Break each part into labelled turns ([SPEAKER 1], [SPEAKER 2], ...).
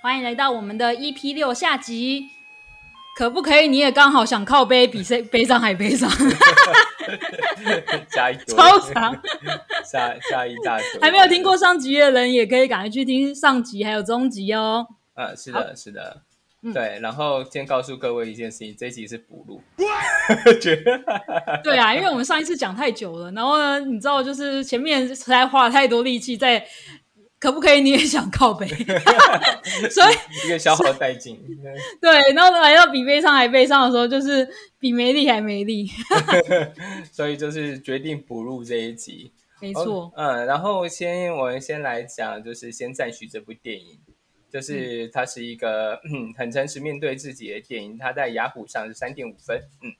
[SPEAKER 1] 欢迎来到我们的 EP 六下集。可不可以？你也刚好想靠背比 谁悲伤还悲伤，
[SPEAKER 2] 下一堆
[SPEAKER 1] 超长，
[SPEAKER 2] 下下一大堆，
[SPEAKER 1] 还没有听过上集的人也可以赶快去听上集还有中集哦。
[SPEAKER 2] 呃，是的，是的，
[SPEAKER 1] 嗯
[SPEAKER 2] 对。然后先告诉各位一件事情，这一集是补录，
[SPEAKER 1] 对啊，因为我们上一次讲太久了，然后呢，你知道就是前面实在花了太多力气在。可不可以？你也想靠 背，所以
[SPEAKER 2] 一个消耗殆尽。
[SPEAKER 1] 对，然后来到比悲伤还悲伤的时候，就是比没力还没力，
[SPEAKER 2] 所以就是决定补录这一集。
[SPEAKER 1] 没
[SPEAKER 2] 没
[SPEAKER 1] 错，
[SPEAKER 2] 嗯，然后先我们先来讲，就是先赞许这部电影，就是它是一个、嗯、很诚实面对自己的电影，它在雅虎上是三点五分，嗯，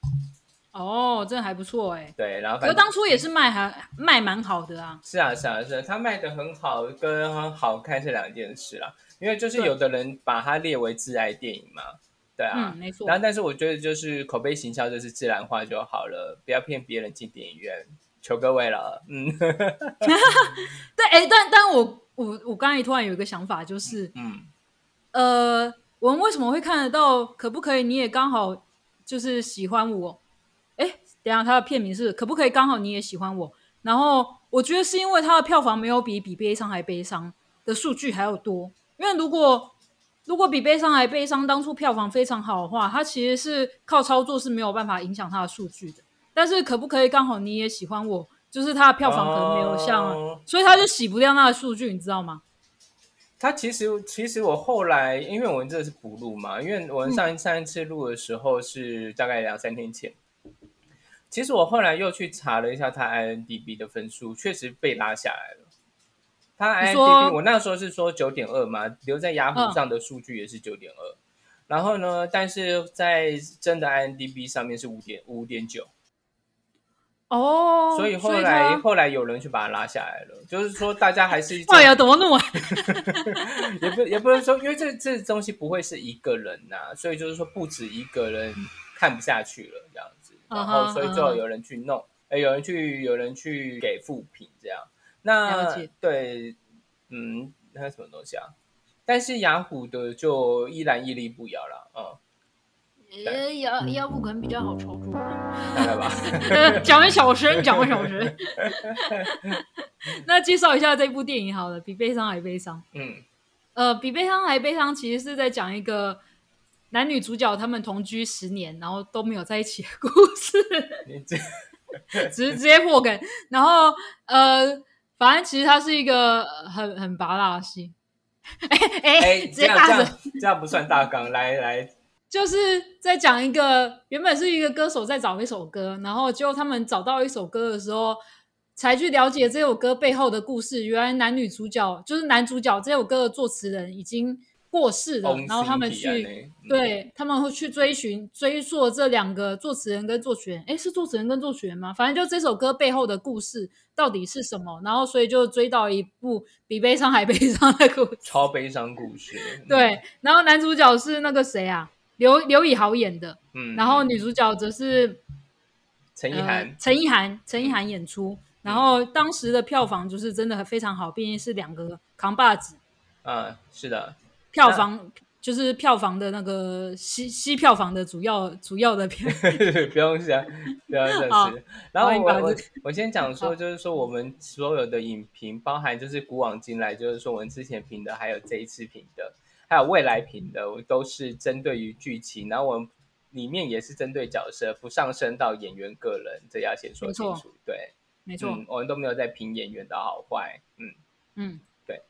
[SPEAKER 1] 哦，真的还不错哎、
[SPEAKER 2] 对。然后
[SPEAKER 1] 可
[SPEAKER 2] 反
[SPEAKER 1] 是
[SPEAKER 2] 正
[SPEAKER 1] 当初也是卖还卖蛮好的啊，
[SPEAKER 2] 是啊，是啊，是啊，它卖的很好，跟好看是两件事啦。因为就是
[SPEAKER 1] 对
[SPEAKER 2] 有的人把它列为挚爱电影嘛，对啊。
[SPEAKER 1] 嗯，没错
[SPEAKER 2] 然，后，但是我觉得就是口碑行销就是自然化就好了，不要骗别人进电影院，求各位了。嗯
[SPEAKER 1] 对，哎、但但我我我刚才突然有一个想法，就是
[SPEAKER 2] 嗯，
[SPEAKER 1] 呃，我们为什么会看得到？可不可以？你也刚好就是喜欢我？哎、等一下，它的片名是可不可以？刚好你也喜欢我？然后我觉得是因为它的票房没有比《比悲伤还悲伤》的数据还要多，因为如果如果比悲伤还悲伤当初票房非常好的话，它其实是靠操作是没有办法影响它的数据的。但是可不可以刚好你也喜欢我？就是它的票房可能没有像、
[SPEAKER 2] 哦
[SPEAKER 1] 所以他就洗不掉那个数据，你知道吗？
[SPEAKER 2] 它其实其实我后来，因为我们这是补录嘛，因为我
[SPEAKER 1] 嗯
[SPEAKER 2] 们上一、上一次录的时候是大概两三天前。其实我后来又去查了一下它 INDB 的分数，确实被拉下来了。它
[SPEAKER 1] 你说
[SPEAKER 2] INDB 我那时候是说九点二嘛，留在雅
[SPEAKER 1] 嗯
[SPEAKER 2] 虎上的数据也是九点二，然后呢，但是在真的 INDB 上面是五点五点九。
[SPEAKER 1] 哦，
[SPEAKER 2] 所以后来
[SPEAKER 1] 他
[SPEAKER 2] 后来有人去把它拉下来了，就是说大家还是
[SPEAKER 1] 哎呀，怎么怒啊？
[SPEAKER 2] 也不也不能说，因为这这东西不会是一个人呐、所以就是说不止一个人看不下去了这样子，然
[SPEAKER 1] 嗯
[SPEAKER 2] 后
[SPEAKER 1] 哼
[SPEAKER 2] 所以就有人去弄，呃，有人去有人去给复评这样。那
[SPEAKER 1] 了解
[SPEAKER 2] 对，嗯，那是什么东西啊？但是雅虎的就依然屹立不摇了，嗯，
[SPEAKER 3] 呃，腰腰部可能比较好操作。
[SPEAKER 2] 大 概吧。
[SPEAKER 1] 呃讲完小时，讲完小时。那介绍一下这部电影好了，《比悲伤还悲伤》。
[SPEAKER 2] 嗯
[SPEAKER 1] 呃，《比悲伤还悲伤》其实是在讲一个男女主角他们同居十年，然后都没有在一起的故 事。
[SPEAKER 2] 你这
[SPEAKER 1] 直直接破梗。然后呃，反正其实它是一个呃很很拔辣的戏。哎哎、
[SPEAKER 2] 哎，
[SPEAKER 1] 直
[SPEAKER 2] 这
[SPEAKER 1] 接
[SPEAKER 2] 样
[SPEAKER 1] 大
[SPEAKER 2] 这
[SPEAKER 1] 声
[SPEAKER 2] 样这样不算大纲，来来，
[SPEAKER 1] 就是在讲一个原本是一个歌手在找一首歌，然后结果他们找到一首歌的时候，才去了解这首歌背后的故事。原来男女主角就是男主角这首歌的作词人已经过世了，然后哦他们
[SPEAKER 2] 翁心怡啊
[SPEAKER 1] 去。
[SPEAKER 2] 那嗯
[SPEAKER 1] 对他们会去追寻、追溯这两个作词人跟作曲人，诶，是作词人跟作曲人吗？反正就这首歌背后的故事到底是什么，然后所以就追到一部比悲伤还悲伤的故事。
[SPEAKER 2] 超悲伤故事，嗯，
[SPEAKER 1] 对，然后男主角是那个谁啊，刘刘以豪演的，
[SPEAKER 2] 嗯，
[SPEAKER 1] 然后女主角则是
[SPEAKER 2] 陈意
[SPEAKER 1] 呃
[SPEAKER 2] 涵，
[SPEAKER 1] 陈意涵，陈意涵演出，然后当时的票房就是真的非常好，毕竟是两个扛把子，
[SPEAKER 2] 嗯，是的，
[SPEAKER 1] 票
[SPEAKER 2] 嗯
[SPEAKER 1] 房就是票房的那个西西票房的主要主要的片，
[SPEAKER 2] 不用想，不用
[SPEAKER 1] 好
[SPEAKER 2] 想是。然后
[SPEAKER 1] 欢迎
[SPEAKER 2] 我
[SPEAKER 1] 把
[SPEAKER 2] 我
[SPEAKER 1] 这
[SPEAKER 2] 我先讲
[SPEAKER 1] 好
[SPEAKER 2] 说，就是说我们所有的影评，包含就是古往今来，就是说我们之前评的，还有这一次评的，还有未来评的，我都是针对于剧情，然后我们里面也是针对角色，不上升到演员个人，这要先说
[SPEAKER 1] 没
[SPEAKER 2] 清
[SPEAKER 1] 错
[SPEAKER 2] 楚。对，
[SPEAKER 1] 没错，
[SPEAKER 2] 嗯，我们都没有在评演员的好坏，嗯，
[SPEAKER 1] 嗯，
[SPEAKER 2] 对，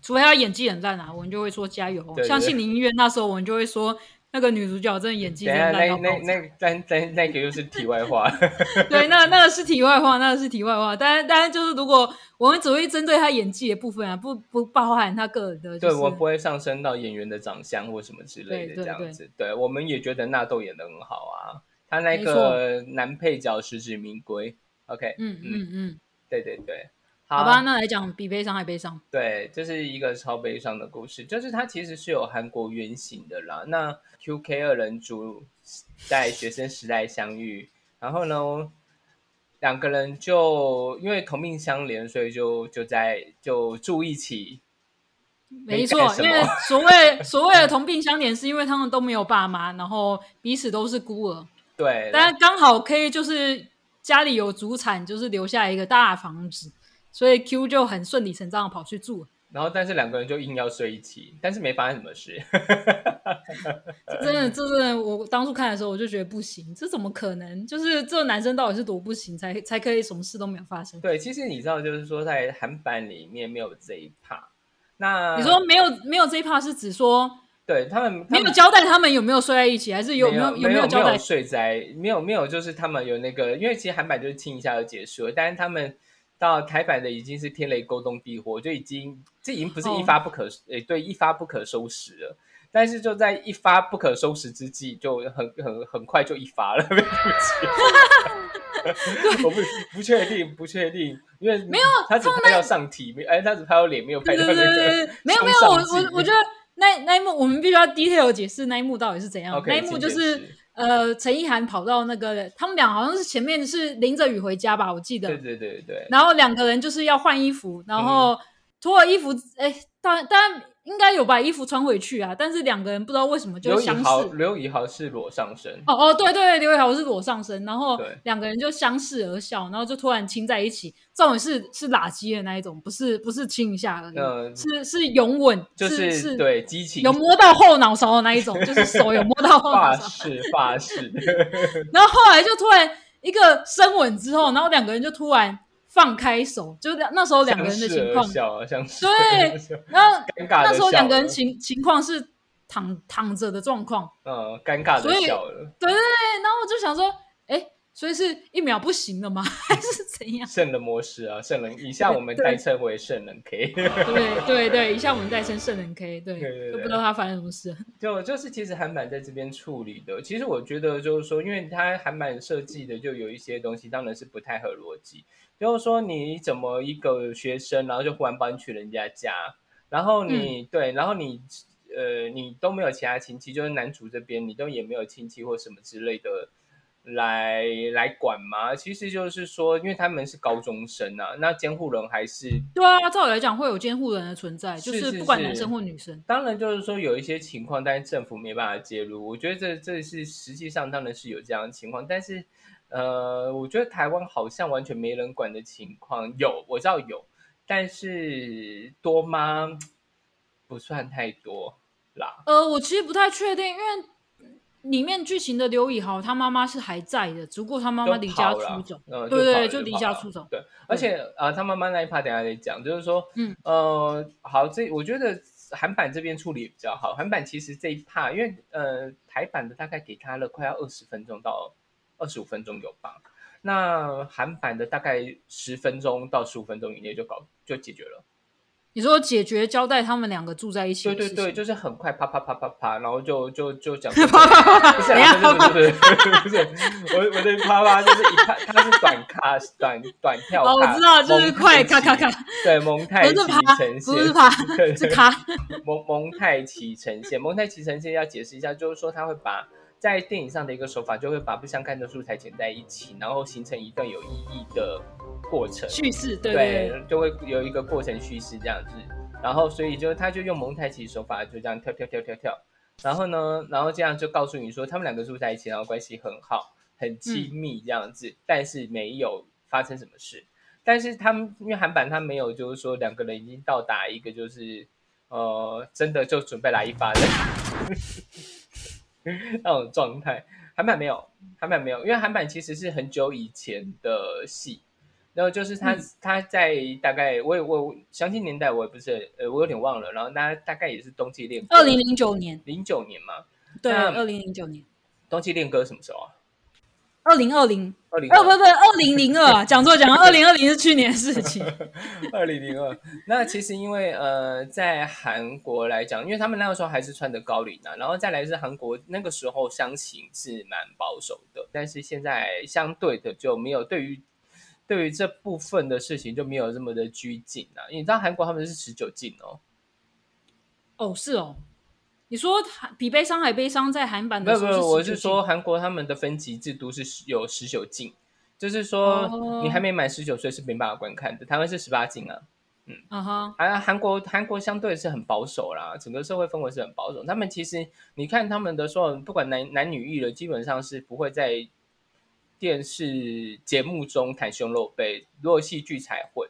[SPEAKER 1] 除非他演技很烂啊，我们就会说加油。
[SPEAKER 2] 对对
[SPEAKER 1] 像《杏林医院》那时候，我们就会说那个女主角真的演技
[SPEAKER 2] 等
[SPEAKER 1] 真的
[SPEAKER 2] 一下
[SPEAKER 1] 烂
[SPEAKER 2] 那
[SPEAKER 1] 到
[SPEAKER 2] 那
[SPEAKER 1] 爆炸。
[SPEAKER 2] 那那那那个又是题外话，
[SPEAKER 1] 对，那那个是题外话，那个是题外话。但但就是如果我们只会针对他演技的部分啊，不不包含他个人的、就
[SPEAKER 2] 对
[SPEAKER 1] 是，
[SPEAKER 2] 我不会上升到演员的长相或什么之类
[SPEAKER 1] 对
[SPEAKER 2] 的
[SPEAKER 1] 对
[SPEAKER 2] 这样
[SPEAKER 1] 对
[SPEAKER 2] 子。对，我们也觉得纳豆演的很好啊，他那
[SPEAKER 1] 没
[SPEAKER 2] 个男配角实至名归。OK，
[SPEAKER 1] 嗯嗯嗯，
[SPEAKER 2] 对对对，啊
[SPEAKER 1] 好吧，那来讲比悲伤还悲伤。
[SPEAKER 2] 对，这是一个超悲伤的故事，就是它其实是有韩国原型的啦。那 QK 二人组在学生时代相遇，然后呢，两个人就因为同命相连，所以就就在就住一起，
[SPEAKER 1] 没
[SPEAKER 2] 没
[SPEAKER 1] 错
[SPEAKER 2] 干，什
[SPEAKER 1] 因
[SPEAKER 2] 么嗯
[SPEAKER 1] 为所谓所谓的同病相怜，是因为他们都没有爸妈，然后彼此都是孤儿，
[SPEAKER 2] 对，
[SPEAKER 1] 大家刚好可以就是家里有祖产，就是留下一个大房子，所以 Q 就很顺理成章的跑去住了，
[SPEAKER 2] 然后但是两个人就硬要睡一起，但是没发生什么事。
[SPEAKER 1] 这真的，
[SPEAKER 2] 嗯
[SPEAKER 1] 这真的，我当初看的时候我就觉得不行，这怎么可能？就是这男生到底是多不行，才才可以什么事都没有发生？
[SPEAKER 2] 对，其实你知道，就是说在韩版里面没有这一趴。那
[SPEAKER 1] 你说没有没有这一趴是指说
[SPEAKER 2] 对他们
[SPEAKER 1] 没
[SPEAKER 2] 啊他
[SPEAKER 1] 有
[SPEAKER 2] 们
[SPEAKER 1] 交代他们有没有睡在一起，还是有
[SPEAKER 2] 没
[SPEAKER 1] 没有
[SPEAKER 2] 有没
[SPEAKER 1] 没有交代？
[SPEAKER 2] 睡在没有没有就是他们有那个，因为其实韩版就是亲一下就结束了，但是他们到台版的已经是天雷勾动地火，就已经这已经不是
[SPEAKER 1] 哦
[SPEAKER 2] 一发不可诶、对一发不可收拾了。但是就在一发不可收拾之际，就很很很快就一发了，对 不起，我不不确定，不确定，因为没有他只拍到上体，没哎，他只拍到脸，没有拍
[SPEAKER 1] 对
[SPEAKER 2] 到
[SPEAKER 1] 对
[SPEAKER 2] 那
[SPEAKER 1] 对对
[SPEAKER 2] 个
[SPEAKER 1] 对，没有没有，我我我觉得那那一幕我们必须要 detail 解释那一幕到底是怎样。
[SPEAKER 2] OK，
[SPEAKER 1] 那一幕就
[SPEAKER 2] 请解
[SPEAKER 1] 是
[SPEAKER 2] 释
[SPEAKER 1] 呃，陈意涵跑到那个他们俩好像是前面是淋着雨回家吧，我记得。
[SPEAKER 2] 对对对对，
[SPEAKER 1] 然后两个人就是要换衣服，然后脱了衣服，哎、当然当然应该有把衣服穿回去啊，但是两个人不知道为什么就
[SPEAKER 2] 刘以
[SPEAKER 1] 相视。
[SPEAKER 2] 豪刘以豪是裸上身，
[SPEAKER 1] 哦哦，对对，刘宇豪是裸上身，然后
[SPEAKER 2] 对
[SPEAKER 1] 两个人就相视而笑，然后就突然亲在一起。重点是是拉鸡的那一种，不是不是亲一下而已，
[SPEAKER 2] 嗯
[SPEAKER 1] 是是拥吻，
[SPEAKER 2] 就是对激情
[SPEAKER 1] 有摸到后脑勺的那一 种，就是手有摸到后脑
[SPEAKER 2] 发
[SPEAKER 1] 勺。
[SPEAKER 2] 誓发誓，
[SPEAKER 1] 然后后来就突然一个深吻之后，然后两个人就突然放开手，就是那时候两个人的
[SPEAKER 2] 相视
[SPEAKER 1] 情
[SPEAKER 2] 而
[SPEAKER 1] 况。
[SPEAKER 2] 笑啊， 像是啊
[SPEAKER 1] 对，然后
[SPEAKER 2] 尴尬的
[SPEAKER 1] 那时候两个人情情况是躺躺着的状况，
[SPEAKER 2] 嗯尴尬的
[SPEAKER 1] 所以
[SPEAKER 2] 笑了，
[SPEAKER 1] 对对对。然后我就想说，哎，所以是一秒不行了吗？ 还是怎样？
[SPEAKER 2] 圣人模式啊，圣人以下我们代称为圣人 K，
[SPEAKER 1] 对对对，一下我们代称圣人 K，对，
[SPEAKER 2] 啊对对对
[SPEAKER 1] 都不知道他发生什么事。
[SPEAKER 2] 就就是其实韩版在这边处理的，其实我觉得就是说，因为它韩版设计的就有一些东西当然是不太合逻辑，就是说你怎么一个学生，然后就忽然搬去人家家，然后你、对，然后你呃你都没有其他亲戚，就是男主这边你都也没有亲戚或什么之类的来来管吗？其实就是说，因为他们是高中生啊，那监护人还是
[SPEAKER 1] 对啊，照理来讲会有监护人的存在，就是
[SPEAKER 2] 是
[SPEAKER 1] 不管
[SPEAKER 2] 是
[SPEAKER 1] 男生或女生。
[SPEAKER 2] 当然，就是说有一些情况，但是政府没办法介入。我觉得这这是实际上当然是有这样的情况，但是呃，我觉得台湾好像完全没人管的情况有，我知道有，但是多吗？不算太多啦。
[SPEAKER 1] 呃，我其实不太确定，因为里面剧情的刘以豪他妈妈是还在的，只不过他妈妈离家
[SPEAKER 2] 就跑
[SPEAKER 1] 出
[SPEAKER 2] 了
[SPEAKER 1] 走。
[SPEAKER 2] 嗯，
[SPEAKER 1] 对对
[SPEAKER 2] 跑了
[SPEAKER 1] 就离
[SPEAKER 2] 跑
[SPEAKER 1] 家
[SPEAKER 2] 了
[SPEAKER 1] 出走
[SPEAKER 2] 对，而且啊、呃他妈妈那一趴等一下再讲，就是说，
[SPEAKER 1] 嗯，
[SPEAKER 2] 呃，好，这我觉得韩版这边处理比较好。韩版其实这一趴，因为呃，台版的大概给他了快要二十分钟到二十五分钟有吧，那韩版的大概十分钟到十五分钟以内就搞就解决了。
[SPEAKER 1] 你说解决交代他们两个住在一起
[SPEAKER 2] 对
[SPEAKER 1] 的
[SPEAKER 2] 对
[SPEAKER 1] 事情，
[SPEAKER 2] 对， 就是很快啪啪啪啪啪，然后就就就讲
[SPEAKER 1] 啪啪啪啪，
[SPEAKER 2] 不是
[SPEAKER 1] 等一下啪
[SPEAKER 2] 啊，
[SPEAKER 1] 啪
[SPEAKER 2] 不是不是不是 不是，我我的啪啪就是一看，它是短卡短短跳 卡，
[SPEAKER 1] 哦，我知道，就是
[SPEAKER 2] 蒙
[SPEAKER 1] 快
[SPEAKER 2] 太
[SPEAKER 1] 咔
[SPEAKER 2] 奇
[SPEAKER 1] 咔咔，，
[SPEAKER 2] 对，蒙
[SPEAKER 1] 不
[SPEAKER 2] 太
[SPEAKER 1] 是
[SPEAKER 2] 奇
[SPEAKER 1] 啪，
[SPEAKER 2] 呈
[SPEAKER 1] 不是
[SPEAKER 2] 现，
[SPEAKER 1] 啪，
[SPEAKER 2] 对
[SPEAKER 1] 是
[SPEAKER 2] 对
[SPEAKER 1] 咔。
[SPEAKER 2] 蒙蒙太奇呈现，蒙太奇呈现要解释一下，就是说他会把在电影上的一个手法，就会把不相干的素材剪在一起，然后形成一段有意义的过程。
[SPEAKER 1] 叙事，对对对，
[SPEAKER 2] 就会有一个过程叙事这样子。然后所以就他就用蒙太奇手法，就这样跳跳跳跳跳。然后呢，然后这样就告诉你说他们两个住在一起，然后关系很好，很亲密这样子，但是没有发生什么事。但是他们因为韩版他没有，就是说两个人已经到达一个就是呃，真的就准备来一发的那种状态。韩版没有，韩版没有，因为韩版其实是很久以前的戏，然后就是他、
[SPEAKER 1] 嗯
[SPEAKER 2] 他在大概我也我详细年代我也不是呃我有点忘了，然后那大概也是冬季恋歌
[SPEAKER 1] 二零零九年，
[SPEAKER 2] 零九年嘛，
[SPEAKER 1] 对，
[SPEAKER 2] 那
[SPEAKER 1] 二零零九年，
[SPEAKER 2] 冬季恋歌什么时候啊？
[SPEAKER 1] 二零二零，
[SPEAKER 2] 二零
[SPEAKER 1] 呃，不不，二零零二，讲错讲错，二零二零是去年的事 情。
[SPEAKER 2] 二零零二。那其实因为呃，在韩国来讲，因为他们那个时候还是穿的高领啊，然后再来是韩国那个时候相形是蛮保守的，但是现在相对的就没有对于对于这部分的事情就没有这么的拘谨啊。你知道韩国他们是十九禁哦，
[SPEAKER 1] 哦，是哦，你说比悲伤还悲伤，在韩版
[SPEAKER 2] 没
[SPEAKER 1] 的
[SPEAKER 2] 有
[SPEAKER 1] 时
[SPEAKER 2] 没
[SPEAKER 1] 候
[SPEAKER 2] 有，我
[SPEAKER 1] 19
[SPEAKER 2] 是
[SPEAKER 1] 禁
[SPEAKER 2] 说韩国他们的分级制度是有十九禁，就是说
[SPEAKER 1] 哦
[SPEAKER 2] 你还没满十九岁是没办法观看的，台湾是十八禁啊。
[SPEAKER 1] 嗯哼，
[SPEAKER 2] 韩韩国韩国相对是很保守啦，整个社会氛围是很保守。他们其实你看他们的所有，不管男男女艺人，基本上是不会在电视节目中袒胸露背，如果戏剧才会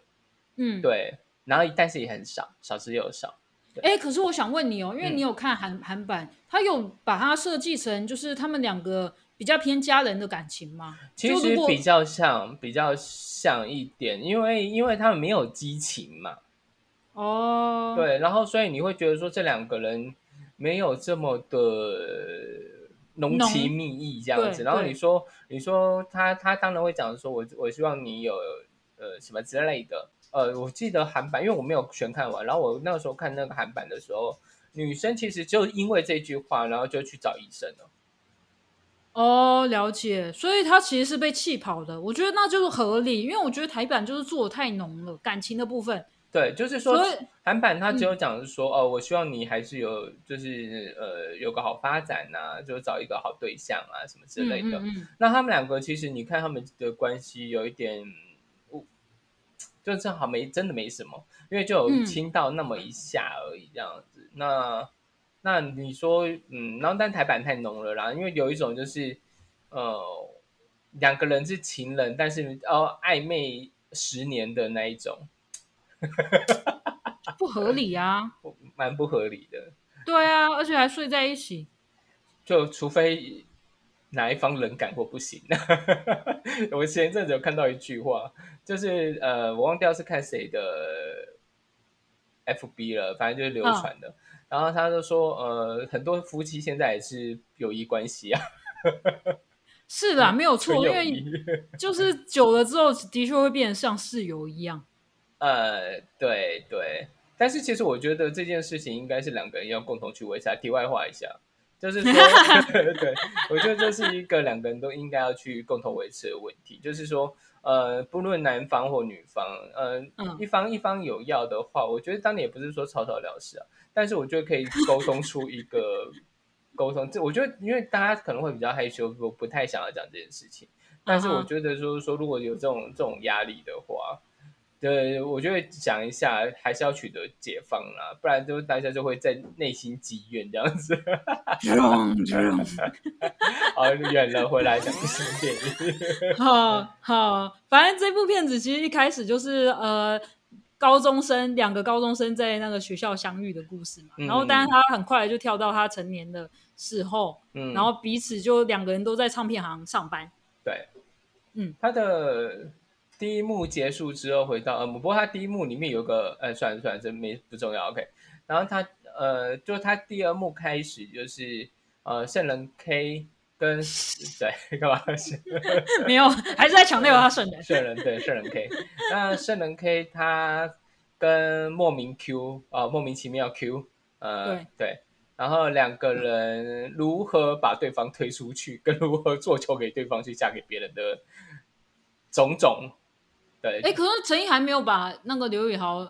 [SPEAKER 1] 嗯，。
[SPEAKER 2] 对。然后但是也很少，少之又少。
[SPEAKER 1] 哎、可是我想问你哦，因为
[SPEAKER 2] 嗯
[SPEAKER 1] 你有看韩韩版，他有把它设计成就是他们两个比较偏家人的感情吗？
[SPEAKER 2] 其
[SPEAKER 1] 就如
[SPEAKER 2] 实
[SPEAKER 1] 果
[SPEAKER 2] 比较像，比较像一点，因为因为他们没有激情嘛，
[SPEAKER 1] 哦，，
[SPEAKER 2] 对，然后所以你会觉得说这两个人没有这么的浓
[SPEAKER 1] 浓
[SPEAKER 2] 情蜜意这样
[SPEAKER 1] 对
[SPEAKER 2] 子。然后
[SPEAKER 1] 对
[SPEAKER 2] 你说，你说他他当然会讲说我，我希望你有呃什么之类的。呃，我记得韩版，因为我没有全看完，然后我那个时候看那个韩版的时候，女生其实就因为这句话，然后就去找医生了。
[SPEAKER 1] 哦，了解。所以他其实是被气跑的，我觉得那就是合理，因为我觉得台版就是做的太浓了，感情的部分。
[SPEAKER 2] 对，就是说
[SPEAKER 1] 所以，嗯
[SPEAKER 2] 韩版他只有讲是说，哦，我希望你还是有，就是呃，有个好发展呐、就找一个好对象啊，什么之类的。
[SPEAKER 1] 嗯嗯嗯
[SPEAKER 2] 那他们两个其实你看他们的关系有一点，我就正好没真的没什么，因为就有
[SPEAKER 1] 嗯
[SPEAKER 2] 亲到那么一下而已这样子。那那你说，嗯，然后但台版太浓了啦，因为有一种就是呃两个人是情人，但是哦暧昧十年的那一种，
[SPEAKER 1] 不合理啊，
[SPEAKER 2] 蛮不合理的。
[SPEAKER 1] 对啊，而且还睡在一起。
[SPEAKER 2] 就除非哪一方冷感或不行。 我前一阵子有看到一句话，就是呃，我忘掉是看谁的 FB 了，反正就是流传的。然后他就说，呃，很多夫妻现在也是友谊关系啊，
[SPEAKER 1] 是啦，没有错，
[SPEAKER 2] 纯
[SPEAKER 1] 因
[SPEAKER 2] 友
[SPEAKER 1] 为
[SPEAKER 2] 谊。
[SPEAKER 1] 就是久了之后，的确会变得像室友一样。
[SPEAKER 2] 呃，对对，但是其实我觉得这件事情应该是两个人要共同去维持啊。题外话一下，就是说，对，我觉得这是一个两个人都应该要去共同维持的问题，就是说，呃，不论男方或女方，呃，
[SPEAKER 1] 嗯
[SPEAKER 2] 一方一方有要的话，我觉得当然也不是说草草了事啊，但是我觉得可以沟通出一 个沟通。这我觉得，因为大家可能会比较害羞，不不太想要讲这件事情。但是
[SPEAKER 1] 嗯哼
[SPEAKER 2] 我觉得就是说，如果有这种这种压力的话，对，我就会想一下，还是要取得解放啦，不然就大家就会在内心积怨这样子。
[SPEAKER 4] Jerome, Jerome.
[SPEAKER 2] 好，远哦了回来讲新电 影。
[SPEAKER 1] 好好，反正这部片子其实一开始就是呃，高中生两个高中生在那个学校相遇的故事嘛。
[SPEAKER 2] 嗯
[SPEAKER 1] 然后，但是他很快就跳到他成年的时候，
[SPEAKER 2] 嗯，
[SPEAKER 1] 然后彼此就两个人都在唱片行上班。
[SPEAKER 2] 对，
[SPEAKER 1] 嗯，
[SPEAKER 2] 他的第一幕结束之后回到呃，不过他第一幕里面有个呃，算了算了，这没不重要，OK。然后他呃，就他第二幕开始就是呃，圣人 K 跟 对干嘛？
[SPEAKER 1] 没有， 还是在强调他圣 人。
[SPEAKER 2] 圣人对圣人 K，那圣人 K 他跟莫名 Q 啊、莫名其妙 Q 呃
[SPEAKER 1] 对
[SPEAKER 2] 然后两个人如何把对方推出去，跟如何做球给对方去嫁给别人的种种，对，
[SPEAKER 1] 哎，可是陈意涵没有把那个刘宇豪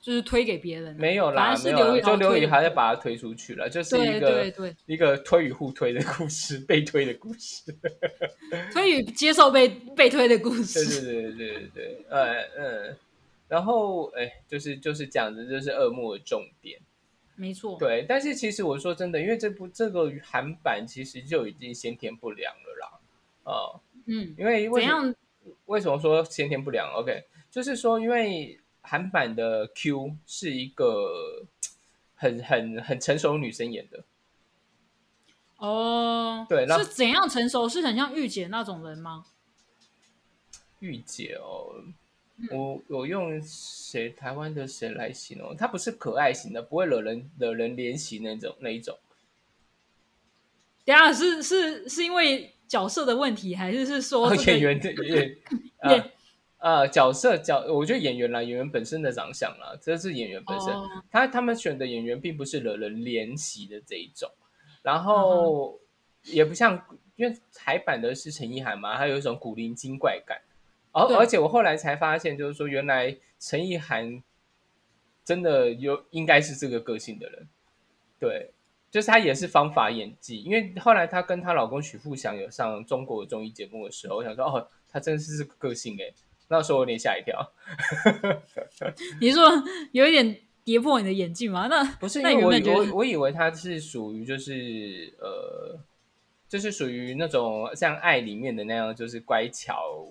[SPEAKER 1] 就是推给别人啊，
[SPEAKER 2] 没有
[SPEAKER 1] 反
[SPEAKER 2] 啦
[SPEAKER 1] 而，是
[SPEAKER 2] 没有
[SPEAKER 1] 刘
[SPEAKER 2] 啦，
[SPEAKER 1] 宇豪
[SPEAKER 2] 就刘
[SPEAKER 1] 推
[SPEAKER 2] 宇
[SPEAKER 1] 给
[SPEAKER 2] 豪要把他推出去了，就是一
[SPEAKER 1] 对对
[SPEAKER 2] 个
[SPEAKER 1] 对，
[SPEAKER 2] 一个推与互推的故事， 被推的故事。
[SPEAKER 1] 推与接受被被推的故
[SPEAKER 2] 对
[SPEAKER 1] 事。
[SPEAKER 2] 对对对对对，呃嗯，然后哎，就是就是这样子，这是恶魔的重点。
[SPEAKER 1] 没错，
[SPEAKER 2] 对，但是其实我说真的，因为这部这个韩版其实就已经先天不良了啦，呃，
[SPEAKER 1] 嗯，
[SPEAKER 2] 因为为
[SPEAKER 1] 怎
[SPEAKER 2] 什么
[SPEAKER 1] 样？
[SPEAKER 2] 为什么说先天不良？OK，就是说因为韩版的 Q 是一个很很很成熟的女生演的。
[SPEAKER 1] 哦，
[SPEAKER 2] 对然后
[SPEAKER 1] 是怎样成熟？是很像御姐那种人吗？
[SPEAKER 2] 御姐哦，
[SPEAKER 1] 嗯
[SPEAKER 2] 我我用谁台湾的谁来形容？她不是可爱型的，不会惹人惹人怜惜那种那一种。
[SPEAKER 1] 等一下是是是因为角色的问题，还是是说、这个
[SPEAKER 2] 啊哦演员的 演
[SPEAKER 1] 演
[SPEAKER 2] 呃呃角色角，我觉得演员啦，演员本身的长相啦，这是演员本身。
[SPEAKER 1] 哦
[SPEAKER 2] 他他们选的演员并不是惹人怜惜的这一种，然后、也不像因为台版的是陈意涵嘛，他有一种古灵精怪感。而、
[SPEAKER 1] 对
[SPEAKER 2] 而且我后来才发现，就是说原来陈意涵真的有应该是这个个性的人，对，就是她也是方法演技，因为后来她跟她老公许富祥有上中国综艺节目的时候，我想说哦，她真的是这个个性哎、那时候我有点吓一跳，
[SPEAKER 1] 你是说有一点跌破你的眼镜吗？那
[SPEAKER 2] 不是因
[SPEAKER 1] 那
[SPEAKER 2] 为我
[SPEAKER 1] 原本
[SPEAKER 2] 以
[SPEAKER 1] 觉
[SPEAKER 2] 我
[SPEAKER 1] 得
[SPEAKER 2] 我以为它是属于就是呃，就是属于那种像爱里面的那样，就是乖巧，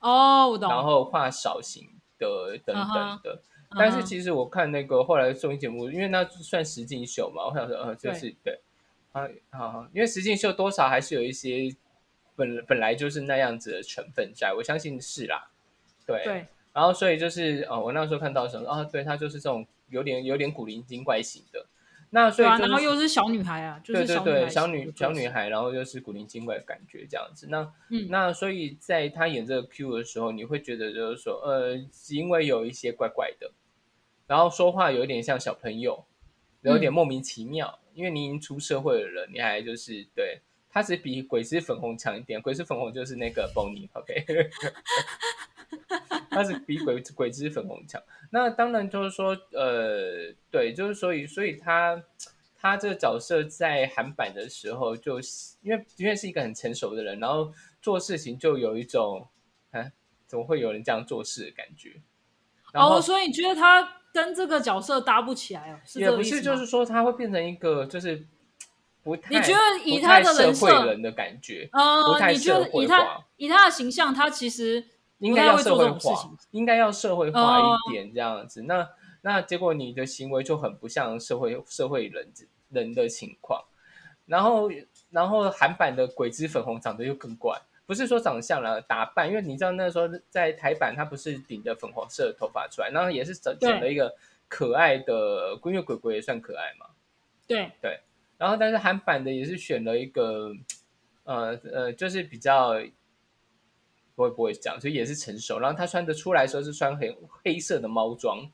[SPEAKER 1] 哦，我懂。
[SPEAKER 2] 然后画少型的等
[SPEAKER 1] 嗯哼
[SPEAKER 2] 等的。但是
[SPEAKER 1] 嗯哼
[SPEAKER 2] 其实我看那个后来综艺节目，因为那算实境秀嘛，我想说，呃，就是对，啊啊，因为实境秀多少还是有一些本本来就是那样子的成分在，我相信是啦，对。
[SPEAKER 1] 对，
[SPEAKER 2] 然后所以就是，呃，我那时候看到的时候，啊，对，他就是这种有点有点古灵精怪型的，那所
[SPEAKER 1] 对
[SPEAKER 2] 以
[SPEAKER 1] 啊，
[SPEAKER 2] 就是
[SPEAKER 1] 然后又是小女孩啊，就
[SPEAKER 2] 对
[SPEAKER 1] 是
[SPEAKER 2] 对
[SPEAKER 1] 小女
[SPEAKER 2] 对，
[SPEAKER 1] 孩，
[SPEAKER 2] 小女小女，孩，然后又是古灵精怪的感觉这样子。那、
[SPEAKER 1] 嗯
[SPEAKER 2] 那所以在她演这个 Q 的时候，你会觉得就是说，呃，因为有一些怪怪的，然后说话有点像小朋友，有
[SPEAKER 1] 嗯
[SPEAKER 2] 点莫名其妙，因为你已经出社会了，你还就是对。她只比鬼子粉红强一点，鬼子粉红就是那个 Bonnie，OK，、她只比鬼鬼子粉红强。那当然就是说，呃，对，就是所以，所以他他这个角色在韩版的时候就，是因为因为是一个很成熟的人，然后做事情就有一种，啊，怎么会有人这样做事的感觉？然后
[SPEAKER 1] 哦，所以你觉得她跟这个角色搭不起来哦？是
[SPEAKER 2] 也
[SPEAKER 1] 这个
[SPEAKER 2] 不
[SPEAKER 1] 意思
[SPEAKER 2] 是，
[SPEAKER 1] 吗？
[SPEAKER 2] 就是说他会变成一个就是不太，
[SPEAKER 1] 你觉得以
[SPEAKER 2] 不
[SPEAKER 1] 他
[SPEAKER 2] 太
[SPEAKER 1] 的人
[SPEAKER 2] 社
[SPEAKER 1] 设
[SPEAKER 2] 会人的感觉，不
[SPEAKER 1] 呃，
[SPEAKER 2] 太
[SPEAKER 1] 你觉
[SPEAKER 2] 社
[SPEAKER 1] 得以
[SPEAKER 2] 会
[SPEAKER 1] 她
[SPEAKER 2] 化，
[SPEAKER 1] 以她的形象，她其实
[SPEAKER 2] 应
[SPEAKER 1] 不
[SPEAKER 2] 该
[SPEAKER 1] 太
[SPEAKER 2] 要
[SPEAKER 1] 会
[SPEAKER 2] 社
[SPEAKER 1] 做
[SPEAKER 2] 会
[SPEAKER 1] 这种事
[SPEAKER 2] 化哦
[SPEAKER 1] 情。，
[SPEAKER 2] 应该要社会化一点这样子。那那结果你的行为就很不像社会社会人人的情况。然后然后韩版的鬼子粉红长得又更怪，不是说长相啦，打扮，因为你知道那时候在台版他不是顶着粉红色的头发出来，然后也是整
[SPEAKER 1] 对
[SPEAKER 2] 整了一个可爱的，因为鬼鬼也算可爱嘛。
[SPEAKER 1] 对，
[SPEAKER 2] 然后但是韩版的也是选了一个，呃呃，就是比较不会不会讲，所以也是成熟。然后他穿的出来的时候是穿黑黑色的猫装，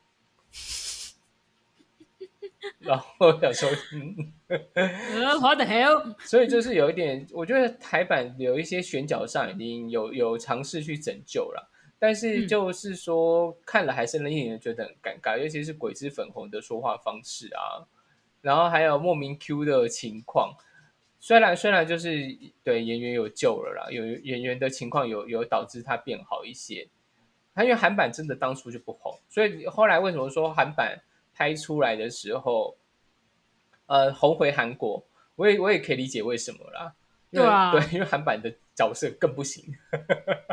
[SPEAKER 2] 然后我想说，嗯，
[SPEAKER 1] 呃，what the hell？
[SPEAKER 2] 所以就是有一点，我觉得台版有一些选角上已经有有尝试去拯救了。但是
[SPEAKER 1] 嗯
[SPEAKER 2] 就是说，看了还是令人觉得很尴尬，尤其是鬼子粉红的说话方式啊，然后还有莫名 Q 的情况。虽然虽然就是对演员有救了啦，有演员的情况有有导致他变好一些。他因为韩版真的当初就不红，所以后来为什么说韩版拍出来的时候，呃，红回韩国，我也我也可以理解为什么啦。因为
[SPEAKER 1] 对啊
[SPEAKER 2] 对，因为韩版的角色更不行。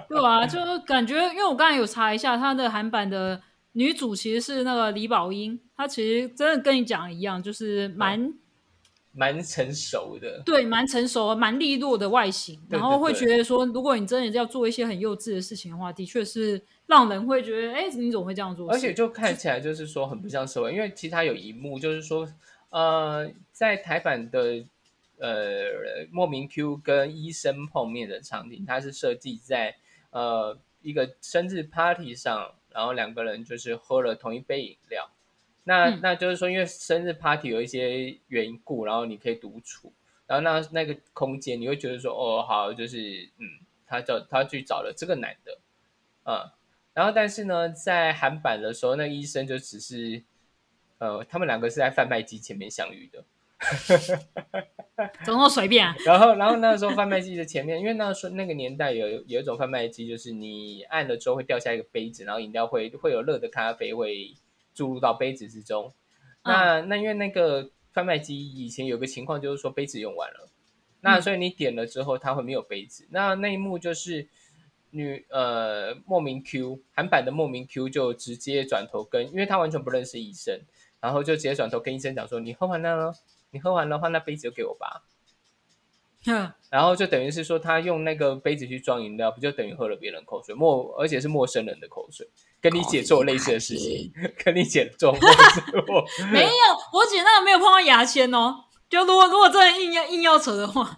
[SPEAKER 1] 对啊，就是感觉，因为我刚才有查一下，她的韩版的女主其实是那个李宝英，她其实真的跟你讲一样，就是
[SPEAKER 2] 嗯
[SPEAKER 1] 蛮
[SPEAKER 2] 蛮成熟的。
[SPEAKER 1] 对，蛮成熟、蛮利落的外形，
[SPEAKER 2] 对
[SPEAKER 1] 然后
[SPEAKER 2] 对
[SPEAKER 1] 会
[SPEAKER 2] 对
[SPEAKER 1] 觉得说，如果你真的要做一些很幼稚的事情的话，的确是让人会觉得，哎，你怎么会这样做事？
[SPEAKER 2] 而且就看起来就是说很不像社会，因为其他有一幕就是说，呃，在台版的呃莫名 Q 跟医生碰面的场景，它是设计在呃一个生日 party 上，然后两个人就是喝了同一杯饮料。那、
[SPEAKER 1] 嗯
[SPEAKER 2] 那就是说，因为生日 party 有一些缘故，然后你可以独处，然后那那个空间你会觉得说，哦，好，就是嗯，他找他去找了这个男的，嗯，然后但是呢，在韩版的时候，那医生就只是，呃，他们两个是在贩卖机前面相遇的。
[SPEAKER 1] 怎么那么随便啊、
[SPEAKER 2] 然后，然后那时候贩卖机的前面，因为那时候那个年代有有一种贩卖机，就是你按了之后会掉下一个杯子，然后饮料会会有热的咖啡会注入到杯子之中。那、那因为那个贩卖机以前有个情况就是说杯子用完了，那
[SPEAKER 1] 嗯
[SPEAKER 2] 所以你点了之后它会没有杯子。那那一幕就是女呃莫名 Q 韩版的莫名 Q 就直接转头跟，因为他完全不认识医生，然后就直接转头跟医生讲说：“你喝完了吗？你喝完的话，那杯子就给我吧。”
[SPEAKER 1] 哼
[SPEAKER 2] 然后就等于是说，他用那个杯子去装饮料，不就等于喝了别人口水，陌而且是陌生人的口水，跟你姐做类似的事情，跟你姐做类似我
[SPEAKER 1] 没有，我姐那个没有碰到牙签哦。就如果如果真的硬要硬要扯的话，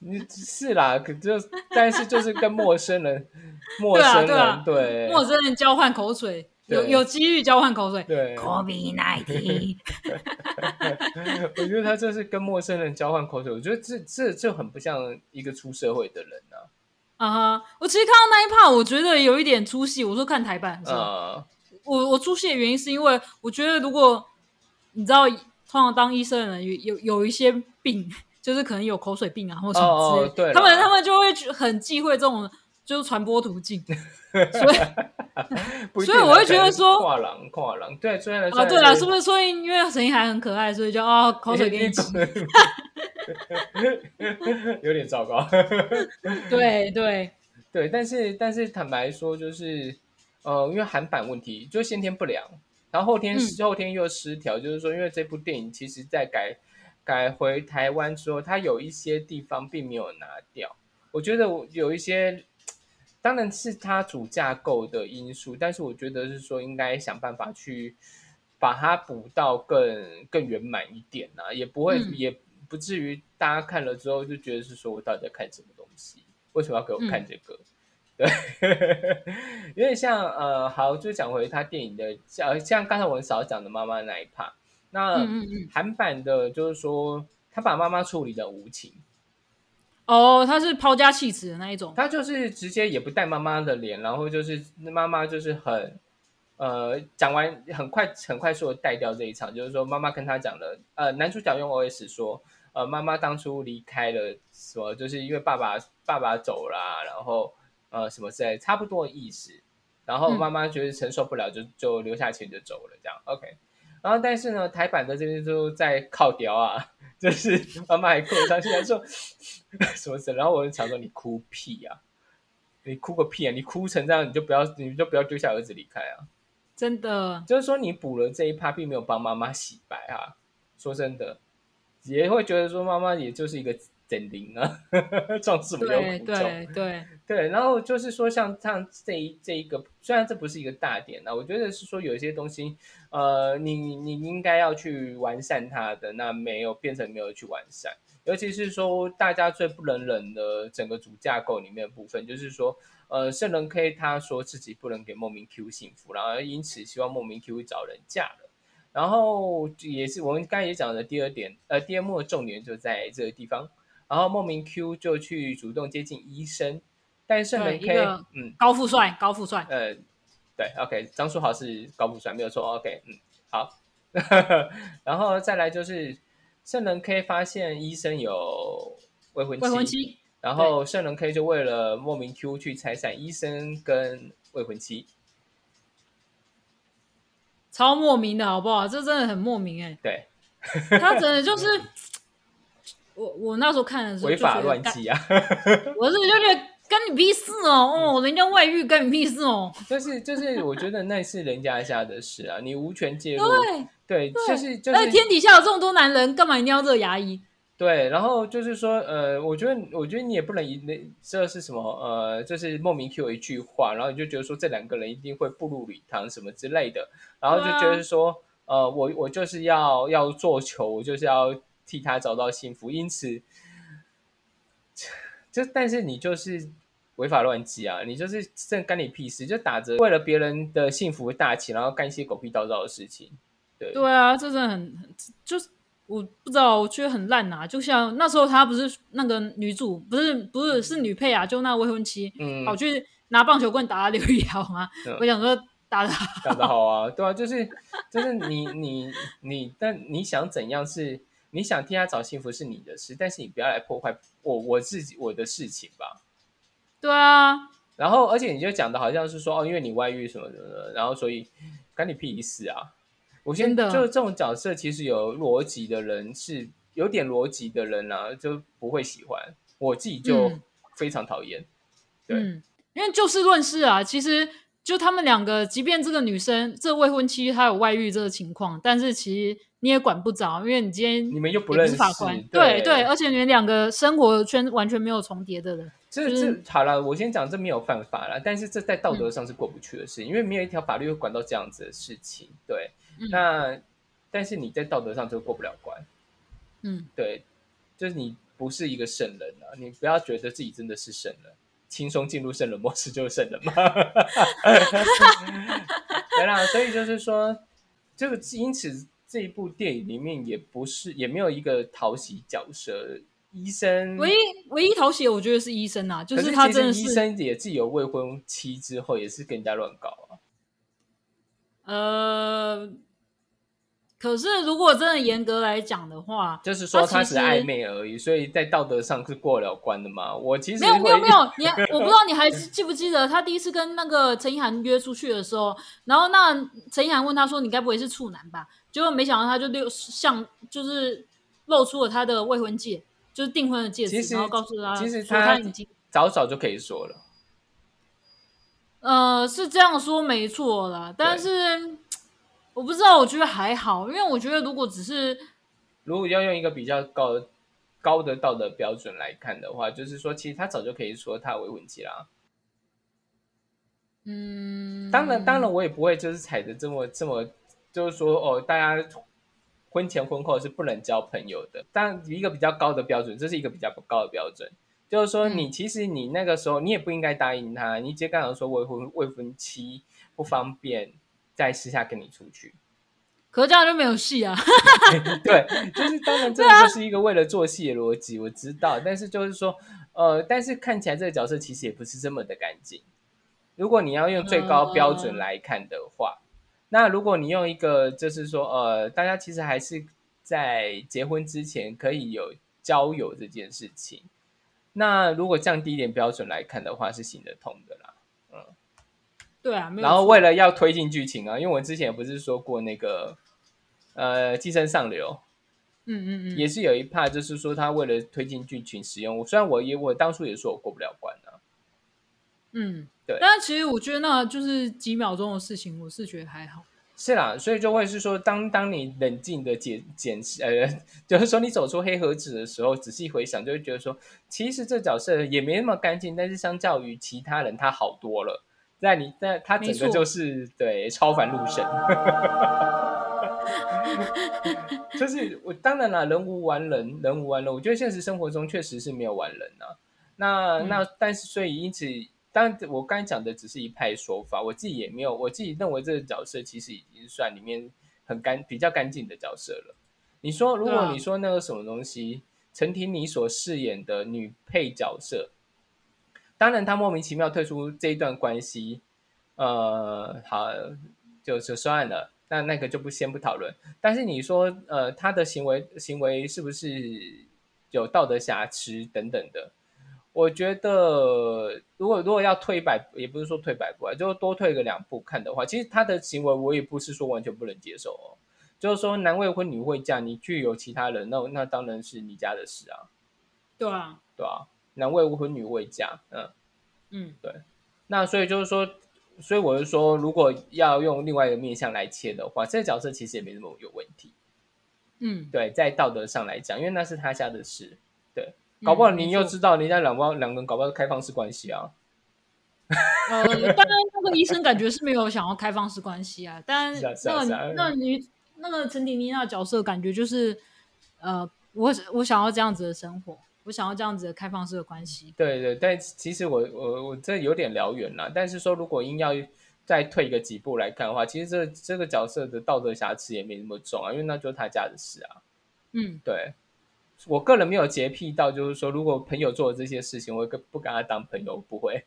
[SPEAKER 2] 你是啦，可就但是就是跟陌生人，陌生
[SPEAKER 1] 对啊
[SPEAKER 2] 人对
[SPEAKER 1] 陌生人交换口水，有
[SPEAKER 2] 对
[SPEAKER 1] 有机遇交换口水，
[SPEAKER 2] 对，
[SPEAKER 4] COVID 19.
[SPEAKER 2] 我觉得他这是跟陌生人交换口水，我觉得这这就很不像一个出社会的人啊，
[SPEAKER 1] 啊哈！我其实看到那一 part，我觉得有一点出戏。我说看台版的时候，
[SPEAKER 2] 呃，
[SPEAKER 1] 我我出戏的原因是因为我觉得，如果你知道，通常当医生的人有有有一些病，就是可能有口水病啊，或什么之类的
[SPEAKER 2] 哦哦对啦
[SPEAKER 1] 他们他们就会觉很忌讳这种就是传播途径，所以
[SPEAKER 2] 不一
[SPEAKER 1] 所以
[SPEAKER 2] 定啊
[SPEAKER 1] 我会
[SPEAKER 2] 可
[SPEAKER 1] 觉得
[SPEAKER 2] 能
[SPEAKER 1] 说
[SPEAKER 2] 跨廊跨廊，对，虽然
[SPEAKER 1] 啊，对了，是
[SPEAKER 2] 是
[SPEAKER 1] 不是？所以因为声音还很可爱，所以就哦，口水 给你挤。
[SPEAKER 2] 有点糟糕。
[SPEAKER 1] 对对，
[SPEAKER 2] 对，但是但是坦白说，就是呃，因为韩版问题，就先天不良，然后后天、后天又失调，就是说，因为这部电影其实在改改回台湾之后，它有一些地方并没有拿掉。我觉得我有一些，当然是它主架构的因素，但是我觉得是说应该想办法去把它补到更更圆满一点啊，也不会、
[SPEAKER 1] 嗯
[SPEAKER 2] 也不至于大家看了之后就觉得是说我到底在看什么东西，为什么要给我
[SPEAKER 1] 嗯
[SPEAKER 2] 看这个？ 对，有点像呃，好，就讲回他电影的，像像刚才我们少讲的妈妈那一 part，那。
[SPEAKER 1] 嗯嗯嗯。
[SPEAKER 2] 韩版的，就是说他把妈妈处理的无情，
[SPEAKER 1] 哦，他是抛家弃子的那一种。
[SPEAKER 2] 他就是直接也不带妈妈的脸，然后就是妈妈就是很呃讲完很快很快速的带掉这一场，就是说妈妈跟他讲的，呃，男主角用 OS 说，呃，妈妈当初离开了什么，就是因为爸爸爸爸走啦、然后呃什么之类，差不多的意思。然后
[SPEAKER 1] 嗯
[SPEAKER 2] 妈妈觉得承受不了就，就留下钱就走了，这样 OK。然后但是呢，台版的这边就在靠屌啊，就是妈妈还哭伤心，还说 什么事？然后我就想说，你哭屁啊！你哭个屁啊！你哭成这样，你就不要，你就不要丢下儿子离开啊！
[SPEAKER 1] 真的，
[SPEAKER 2] 就是说，你补了这一趴，并没有帮妈妈洗白啊。说真的，也会觉得说妈妈也就是一个整零啊， 壮士没有
[SPEAKER 1] 对
[SPEAKER 2] 苦衷。
[SPEAKER 1] 对对，
[SPEAKER 2] 对，然后就是说像像这一这一个，虽然这不是一个大点啊，我觉得是说有一些东西，呃，你你你应该要去完善它的，那没有变成没有去完善，尤其是说大家最不能忍的整个主架构里面的部分，就是说，呃，圣人 K 他说自己不能给莫名 Q 幸福，然后因此希望莫名 Q 找人嫁了。然后也是我们刚才也讲的第二点，呃，第二幕的重点就在这个地方。然后莫名 Q 就去主动接近医生，但是
[SPEAKER 1] 对
[SPEAKER 2] 很
[SPEAKER 1] 一
[SPEAKER 2] K，
[SPEAKER 1] 个
[SPEAKER 2] 嗯
[SPEAKER 1] 高富帅，高富帅。
[SPEAKER 2] 呃，对，OK，张书豪是高富帅，没有错，OK，嗯，好。 然后再来就是圣人 K 发现医生有未婚
[SPEAKER 1] 未婚妻，
[SPEAKER 2] 然后圣人 K 就为了莫名 Q 去拆散医生跟未婚妻，
[SPEAKER 1] 超莫名的好不好？这真的很莫名哎、
[SPEAKER 2] 对，
[SPEAKER 1] 他真的就是 我我那时候看的时候
[SPEAKER 2] 违
[SPEAKER 1] 就觉
[SPEAKER 2] 法
[SPEAKER 1] 得
[SPEAKER 2] 乱
[SPEAKER 1] 干
[SPEAKER 2] 纪啊。
[SPEAKER 1] 我是就觉得跟你屁事哦，哦，
[SPEAKER 2] 嗯
[SPEAKER 1] 人家外遇跟你屁事哦，
[SPEAKER 2] 就是就是，我觉得那是人家家的事啊，你无权介入。
[SPEAKER 1] 对，
[SPEAKER 2] 对，
[SPEAKER 1] 对
[SPEAKER 2] 就是就
[SPEAKER 1] 那
[SPEAKER 2] 是
[SPEAKER 1] 天底下有这么多男人，干嘛一定要这个牙医？
[SPEAKER 2] 对，然后就是说，呃，我觉得我觉得你也不能以那这是什么呃，就是莫名 Q 一句话，然后你就觉得说这两个人一定会步入礼堂什么之类的，然后就觉得说，呃，我我就是要要做球，我就是要替他找到幸福，因此，就但是你就是违法乱纪啊，你就是这干你屁事，就打着为了别人的幸福大旗，然后干一些狗屁叨叨的事情，对
[SPEAKER 1] 对啊，这真的很很就是我不知道，我觉得很烂啊。就像那时候他不是那个女主，不是不是是女配啊，就那未婚妻
[SPEAKER 2] 嗯，
[SPEAKER 1] 跑去拿棒球棍打刘宇豪啊
[SPEAKER 2] 嗯，
[SPEAKER 1] 我想说打他
[SPEAKER 2] 打得好啊， 对啊，就是就是你你你，但你想怎样是你想替他找幸福是你的事，但是你不要来破坏我我自己我的事情吧。
[SPEAKER 1] 对啊，
[SPEAKER 2] 然后而且你就讲的好像是说哦，因为你外遇什么什么的，然后所以干你屁事啊！我先
[SPEAKER 1] 真的
[SPEAKER 2] 就是这种角色，其实有逻辑的人是有点逻辑的人啊，就不会喜欢。我自己就
[SPEAKER 1] 嗯
[SPEAKER 2] 非常讨厌。对
[SPEAKER 1] 嗯，因为就事论事啊，其实。就他们两个，即便这个女生这未婚妻她有外遇这个情况，但是其实你也管不着，因为你今天
[SPEAKER 2] 你们又不
[SPEAKER 1] 也
[SPEAKER 2] 认
[SPEAKER 1] 是
[SPEAKER 2] 识，
[SPEAKER 1] 法官，
[SPEAKER 2] 对
[SPEAKER 1] 对，而且你们两个生活圈完全没有重叠的人，
[SPEAKER 2] 这
[SPEAKER 1] 就是
[SPEAKER 2] 这好了，我先讲，这没有犯法了，但是这在道德上是过不去的事，因为没有一条法律会管到这样子的事情。对，
[SPEAKER 1] 嗯
[SPEAKER 2] 那但是你在道德上就过不了关，
[SPEAKER 1] 嗯，
[SPEAKER 2] 对，就是你不是一个圣人啊，你不要觉得自己真的是圣人，轻松进入圣人模式就是圣人嘛。 对啦，所以就是说，这个因此这一部电影里面也不是也没有一个讨喜角色，医生
[SPEAKER 1] 唯一唯一讨喜，我觉得是医生啊，就
[SPEAKER 2] 嗯可是
[SPEAKER 1] 他
[SPEAKER 2] 其
[SPEAKER 1] 真的
[SPEAKER 2] 实医生也自己有未婚妻之后，也是跟人家乱搞啊。
[SPEAKER 1] 呃，可是如果真的严格来讲的话，
[SPEAKER 2] 就是说
[SPEAKER 1] 他
[SPEAKER 2] 他
[SPEAKER 1] 其
[SPEAKER 2] 只
[SPEAKER 1] 实
[SPEAKER 2] 是暧昧而已，所以在道德上是过了关的嘛。我其实
[SPEAKER 1] 没有没有
[SPEAKER 2] 会
[SPEAKER 1] 没有，你还我不知道你还记记不记得他第一次跟那个陈意涵约出去的时候，然后那陈意涵问他说：“你该不会是处男吧？”结果没想到他就六像就是露出了他的未婚戒，就是订婚的戒
[SPEAKER 2] 其
[SPEAKER 1] 指，
[SPEAKER 2] 实
[SPEAKER 1] 然后告诉他，
[SPEAKER 2] 其实
[SPEAKER 1] 说
[SPEAKER 2] 他
[SPEAKER 1] 他已经
[SPEAKER 2] 早早就可以说了。
[SPEAKER 1] 呃是这样说没错啦，但是我不知道，我觉得还好，因为我觉得如果只是
[SPEAKER 2] 如果要用一个比较高的高的道德标准来看的话，就是说，其实他早就可以说他有未婚妻啦。
[SPEAKER 1] 嗯，
[SPEAKER 2] 当然，当然，我也不会就是踩着这么这么，就是说哦，大家婚前婚后是不能交朋友的。但一个比较高的标准，这是一个比较高的标准，就是说
[SPEAKER 1] 嗯
[SPEAKER 2] 你其实你那个时候你也不应该答应他，你直接跟他说未婚未婚妻不方便再私下跟你出去。
[SPEAKER 1] 可是这样就没有戏啊。
[SPEAKER 2] 对，就是当然这个就是一个为了做戏的逻辑，我知道，但是就是说，呃，但是看起来这个角色其实也不是这么的干净。如果你要用最高标准
[SPEAKER 1] 嗯
[SPEAKER 2] 来看的话，那如果你用一个就是说，呃，大家其实还是在结婚之前可以有交友这件事情，那如果降低一点标准来看的话，是行得通的啦。
[SPEAKER 1] 对啊，没有
[SPEAKER 2] 然后
[SPEAKER 1] 错
[SPEAKER 2] 为了要推进剧情啊，因为我之前也不是说过那个，呃，寄生上流，
[SPEAKER 1] 嗯嗯嗯，
[SPEAKER 2] 也是有一怕，就是说他为了推进剧情使用，虽然我也我当初也说我过不了关啊，
[SPEAKER 1] 嗯，
[SPEAKER 2] 对
[SPEAKER 1] 但是其实我觉得那就是几秒钟的事情，我是觉得还好。
[SPEAKER 2] 是啦，所以就会是说，当当你冷静的检检视，呃， 就是说你走出黑盒子的时候，仔细回想，就会觉得说，其实这角色也没那么干净，但是相较于其他人，他好多了。那你那他整
[SPEAKER 1] 没
[SPEAKER 2] 个
[SPEAKER 1] 错
[SPEAKER 2] 就是对超凡入 圣，就是我当然啦，人无完人，人无完人。我觉得现实生活中确实是没有完人啊。那
[SPEAKER 1] 嗯
[SPEAKER 2] 那但是所以因此，当然我刚才讲的只是一派说法，我自己也没有，我自己认为这个角色其实已经算里面很干比较干净的角色了。你说，如
[SPEAKER 1] 对啊
[SPEAKER 2] 果你说那个什么东西，陈婷你所饰演的女配角色，当然她莫名其妙退出这一段关系，呃，好，就就算了。那那个就不先不讨论，但是你说，呃，她的行为行为是不是有道德瑕疵等等的，我觉得如果如果要退一百，也不是说退百步啊，就多退个两步看的话，其实他的行为我也不是说完全不能接受哦。就是说男未婚女未嫁，你具有其他人，那那当然是你家的事啊，
[SPEAKER 1] 对啊，
[SPEAKER 2] 对吧、男未婚女未嫁，嗯，
[SPEAKER 1] 嗯，
[SPEAKER 2] 那所以就是说，所以我就说，如果要用另外一个面向来切的话，这个角色其实也没什么有问题。
[SPEAKER 1] 嗯，
[SPEAKER 2] 对，在道德上来讲，因为那是他家的事，搞不好你又
[SPEAKER 1] 嗯没错
[SPEAKER 2] 知道人家两包两个人搞不好是开放式关系啊，
[SPEAKER 1] 呃，当然那个医生感觉是没有想要开放式关系啊，但
[SPEAKER 2] 是啊是
[SPEAKER 1] 那
[SPEAKER 2] 啊
[SPEAKER 1] 个
[SPEAKER 2] 是啊
[SPEAKER 1] 那个女那个陈婷妮那角色感觉就是，呃，我我想要这样子的生活，我想要这样子的开放式的关系。
[SPEAKER 2] 对对，但其实我我我这有点聊远了，但是说如果硬要再退个几步来看的话，其实这这个角色的道德瑕疵也没那么重啊，因为那就是他家的事啊。
[SPEAKER 1] 嗯，
[SPEAKER 2] 对我个人没有洁癖到，就是说如果朋友做了这些事情，我跟不跟他当朋友，不会，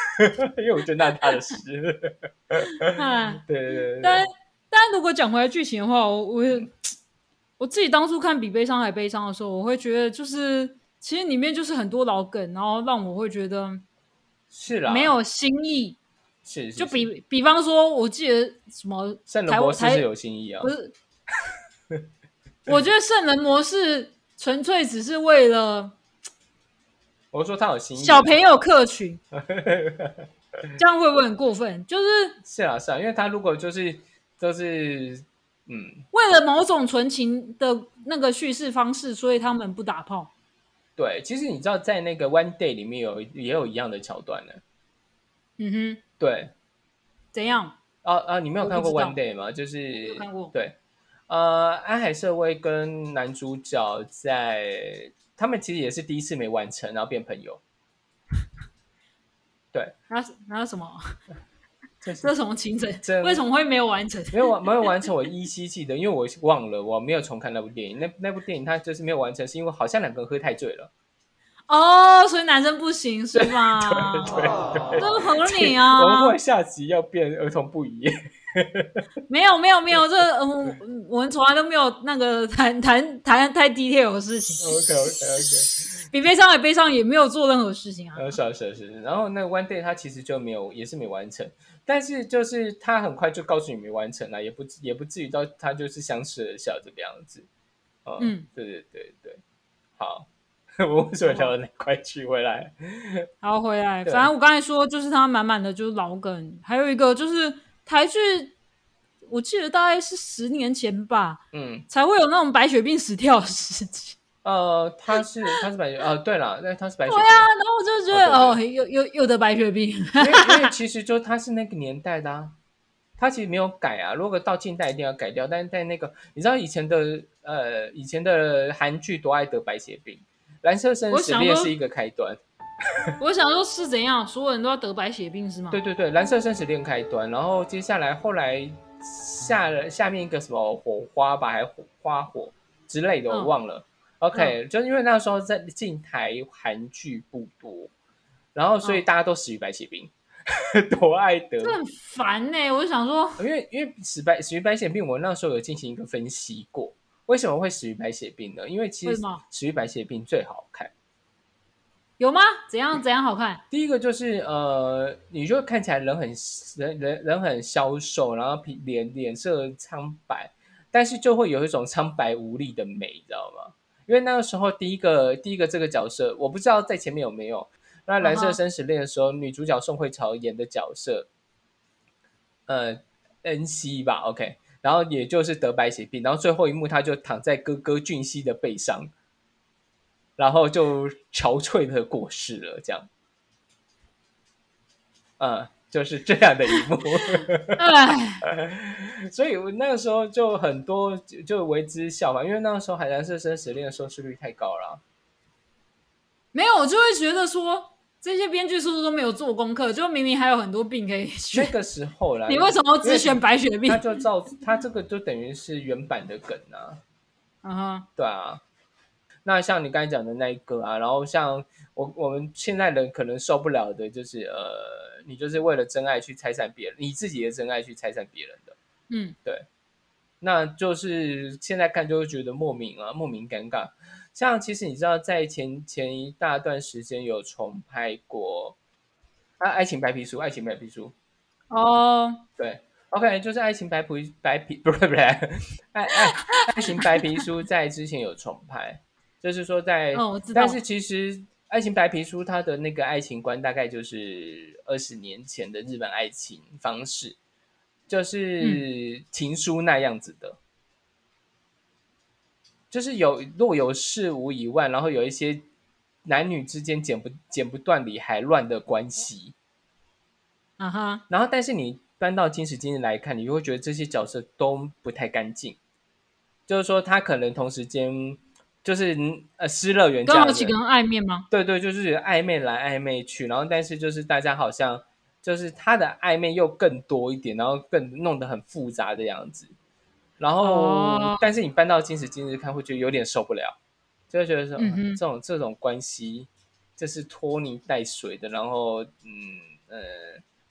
[SPEAKER 2] 因为我觉得那是他的事。 嗯
[SPEAKER 1] 哎，
[SPEAKER 2] 对对对对
[SPEAKER 1] 但
[SPEAKER 2] 对，
[SPEAKER 1] 但如果讲回来剧情的话，我我也我自己当初看《比悲伤还悲伤》的时候，我会觉得就是其实里面就是很多老梗，然后让我会觉得
[SPEAKER 2] 是啦，
[SPEAKER 1] 没有新意。
[SPEAKER 2] 是啊是
[SPEAKER 1] 就是比比方说，我记得什么
[SPEAKER 2] 圣
[SPEAKER 1] 台
[SPEAKER 2] 人博士
[SPEAKER 1] 台
[SPEAKER 2] 是有新意啊
[SPEAKER 1] 不， 是，我觉得圣人模式纯粹只是为了
[SPEAKER 2] 我说他有新意，
[SPEAKER 1] 小朋友客群， 这样会不会很过分？就是
[SPEAKER 2] 是啦是啦，因为他如果就是就是嗯。
[SPEAKER 1] 为了某种纯情的那个叙事方式，所以他们不打炮。
[SPEAKER 2] 对，其实你知道，在那个《One Day》里面有也有一样的桥段呢。
[SPEAKER 1] 嗯哼，
[SPEAKER 2] 对，
[SPEAKER 1] 怎样？
[SPEAKER 2] 啊啊，你没有
[SPEAKER 1] 我
[SPEAKER 2] 看
[SPEAKER 1] 不
[SPEAKER 2] 过
[SPEAKER 1] 知
[SPEAKER 2] 《One
[SPEAKER 1] 道
[SPEAKER 2] Day》吗？就是
[SPEAKER 1] 有看过
[SPEAKER 2] 对，呃，安海社会跟男主角在他们其实也是第一次没完成，然后变朋友。
[SPEAKER 1] 那那什么？
[SPEAKER 2] 这
[SPEAKER 1] 这是什么情节？
[SPEAKER 2] 这
[SPEAKER 1] 为什么会没有完成？
[SPEAKER 2] 没有完没有完成，我依稀记得，因为我忘了，我没有重看那部电影。那那部电影它就是没有完成，是因为好像两个人喝太醉了。
[SPEAKER 1] 哦，所以男生不行是 吧？这不合理
[SPEAKER 2] 我们
[SPEAKER 1] 啊
[SPEAKER 2] 会！下集要变儿童不宜。
[SPEAKER 1] 没有没有没有，这呃我我们从来都没有那个谈谈谈太 detail 的事情，
[SPEAKER 2] 哦 OK OK OK，
[SPEAKER 1] 比悲伤还悲伤，也没有做任何事情啊。
[SPEAKER 2] 呃，是啊是啊是啊。然后那个 One Day 它其实就没有，也是没完成，但是就是它很快就告诉你没完成了，也不也不至于到它就是相视而笑这个样子。呃
[SPEAKER 1] 嗯，
[SPEAKER 2] 对对对对，好。我为什么聊到哪块去回来？
[SPEAKER 1] 然后回来，
[SPEAKER 2] 对
[SPEAKER 1] 反正我刚才说就是他满满的就是老梗，还有一个就是台剧，我记得大概是十年前吧，
[SPEAKER 2] 嗯，
[SPEAKER 1] 才会有那种白血病死掉的事情。
[SPEAKER 2] 呃，他是他是白雪，呃，对了，那他是白雪
[SPEAKER 1] 对啊，然后我就觉得
[SPEAKER 2] 哦
[SPEAKER 1] 哦，又又又得白血病，
[SPEAKER 2] 因为因为其实就它是那个年代的、啊，它其实没有改啊。如果到近代一定要改掉，但是在那个你知道以前的呃以前的韩剧多爱得白血病，《蓝色生
[SPEAKER 1] 我
[SPEAKER 2] 死
[SPEAKER 1] 想
[SPEAKER 2] 恋》
[SPEAKER 1] 说
[SPEAKER 2] 是一个开端，
[SPEAKER 1] 我想说是怎样，所有人都要得白血病是吗？
[SPEAKER 2] 对对对，《蓝色生死恋》开端，然后接下来后来下了下面一个什么火花吧，还火花火之类的，我
[SPEAKER 1] 嗯
[SPEAKER 2] 忘了。OK，、就是因为那时候在近台韩剧不多，然后所以
[SPEAKER 1] 嗯
[SPEAKER 2] 大家都死于白血病， 多爱得
[SPEAKER 1] 这很烦呢、我就想说，
[SPEAKER 2] 因为因为死白死于白血病，我那时候有进行一个分析过，为什么会死于白血病呢？因为其
[SPEAKER 1] 为
[SPEAKER 2] 实
[SPEAKER 1] 什么
[SPEAKER 2] 死于白血病最好看。
[SPEAKER 1] 有吗？怎样怎样好看？
[SPEAKER 2] 第一个就是呃，你就看起来人很人人人很消瘦，然后皮脸脸色苍白，但是就会有一种苍白无力的美，你知道吗？因为那个时候第一个第一个这个角色，我不知道在前面有没有。那《蓝
[SPEAKER 1] 嗯
[SPEAKER 2] 色
[SPEAKER 1] 哼
[SPEAKER 2] 生死恋》的时候，女主角宋慧乔演的角色，呃，恩熙吧，OK，然后也就是得白血病，然后最后一幕她就躺在哥哥俊熙的背上，然后就憔悴的过世了，这样，嗯，就是这样的一幕。
[SPEAKER 1] 哎，
[SPEAKER 2] 所以我那个时候就很多就就为之笑嘛，因为那个时候海南社生死恋的收视率太高了。
[SPEAKER 1] 没有，我就会觉得说这些编剧是不是都没有做功课？就明明还有很多病可以
[SPEAKER 2] 那
[SPEAKER 1] 选，
[SPEAKER 2] 个时候啦，
[SPEAKER 1] 你为什么只选白血病
[SPEAKER 2] 他？就照他这个就等于是原版的梗啊，
[SPEAKER 1] 嗯哼，
[SPEAKER 2] 对啊。那像你刚才讲的那一个啊，然后像我我们现在人可能受不了的就是呃，你就是为了真爱去拆散别人，你自己的真爱去拆散别人的，
[SPEAKER 1] 嗯，
[SPEAKER 2] 那就是现在看就会觉得莫名啊，莫名尴尬。像其实你知道，在前前一大段时间有重拍过啊，《爱情白皮书》，《爱情白皮书》
[SPEAKER 1] 哦，
[SPEAKER 2] 对，OK，就是《爱情白皮白皮》不是不是， 《爱爱爱情白皮书》在之前有重拍，就是说在，
[SPEAKER 1] 嗯，我知道
[SPEAKER 2] 但，是其实《爱情白皮书》它的那个爱情观大概就是二十年前的日本爱情方式，
[SPEAKER 1] 嗯
[SPEAKER 2] 就是情书那样子的。就是有若有事无以外，然后有一些男女之间剪不剪不断理还乱的关系，
[SPEAKER 1] 嗯哼，
[SPEAKER 2] 然后，但是你搬到今时今日来看，你就会觉得这些角色都不太干净。就是说，他可能同时间就是嗯呃失乐园这
[SPEAKER 1] 跟
[SPEAKER 2] 样
[SPEAKER 1] 好
[SPEAKER 2] 的
[SPEAKER 1] 几个人暧昧吗？
[SPEAKER 2] 对对，就是暧昧来暧昧去，然后但是就是大家好像就是他的暧昧又更多一点，然后更弄得很复杂的样子。然后，
[SPEAKER 1] 哦
[SPEAKER 2] 但是你搬到今时今日看，会觉得有点受不了，就会觉得说、
[SPEAKER 1] 嗯
[SPEAKER 2] 啊
[SPEAKER 1] 哼
[SPEAKER 2] 这种这种关系，这是拖泥带水的。然后，嗯呃，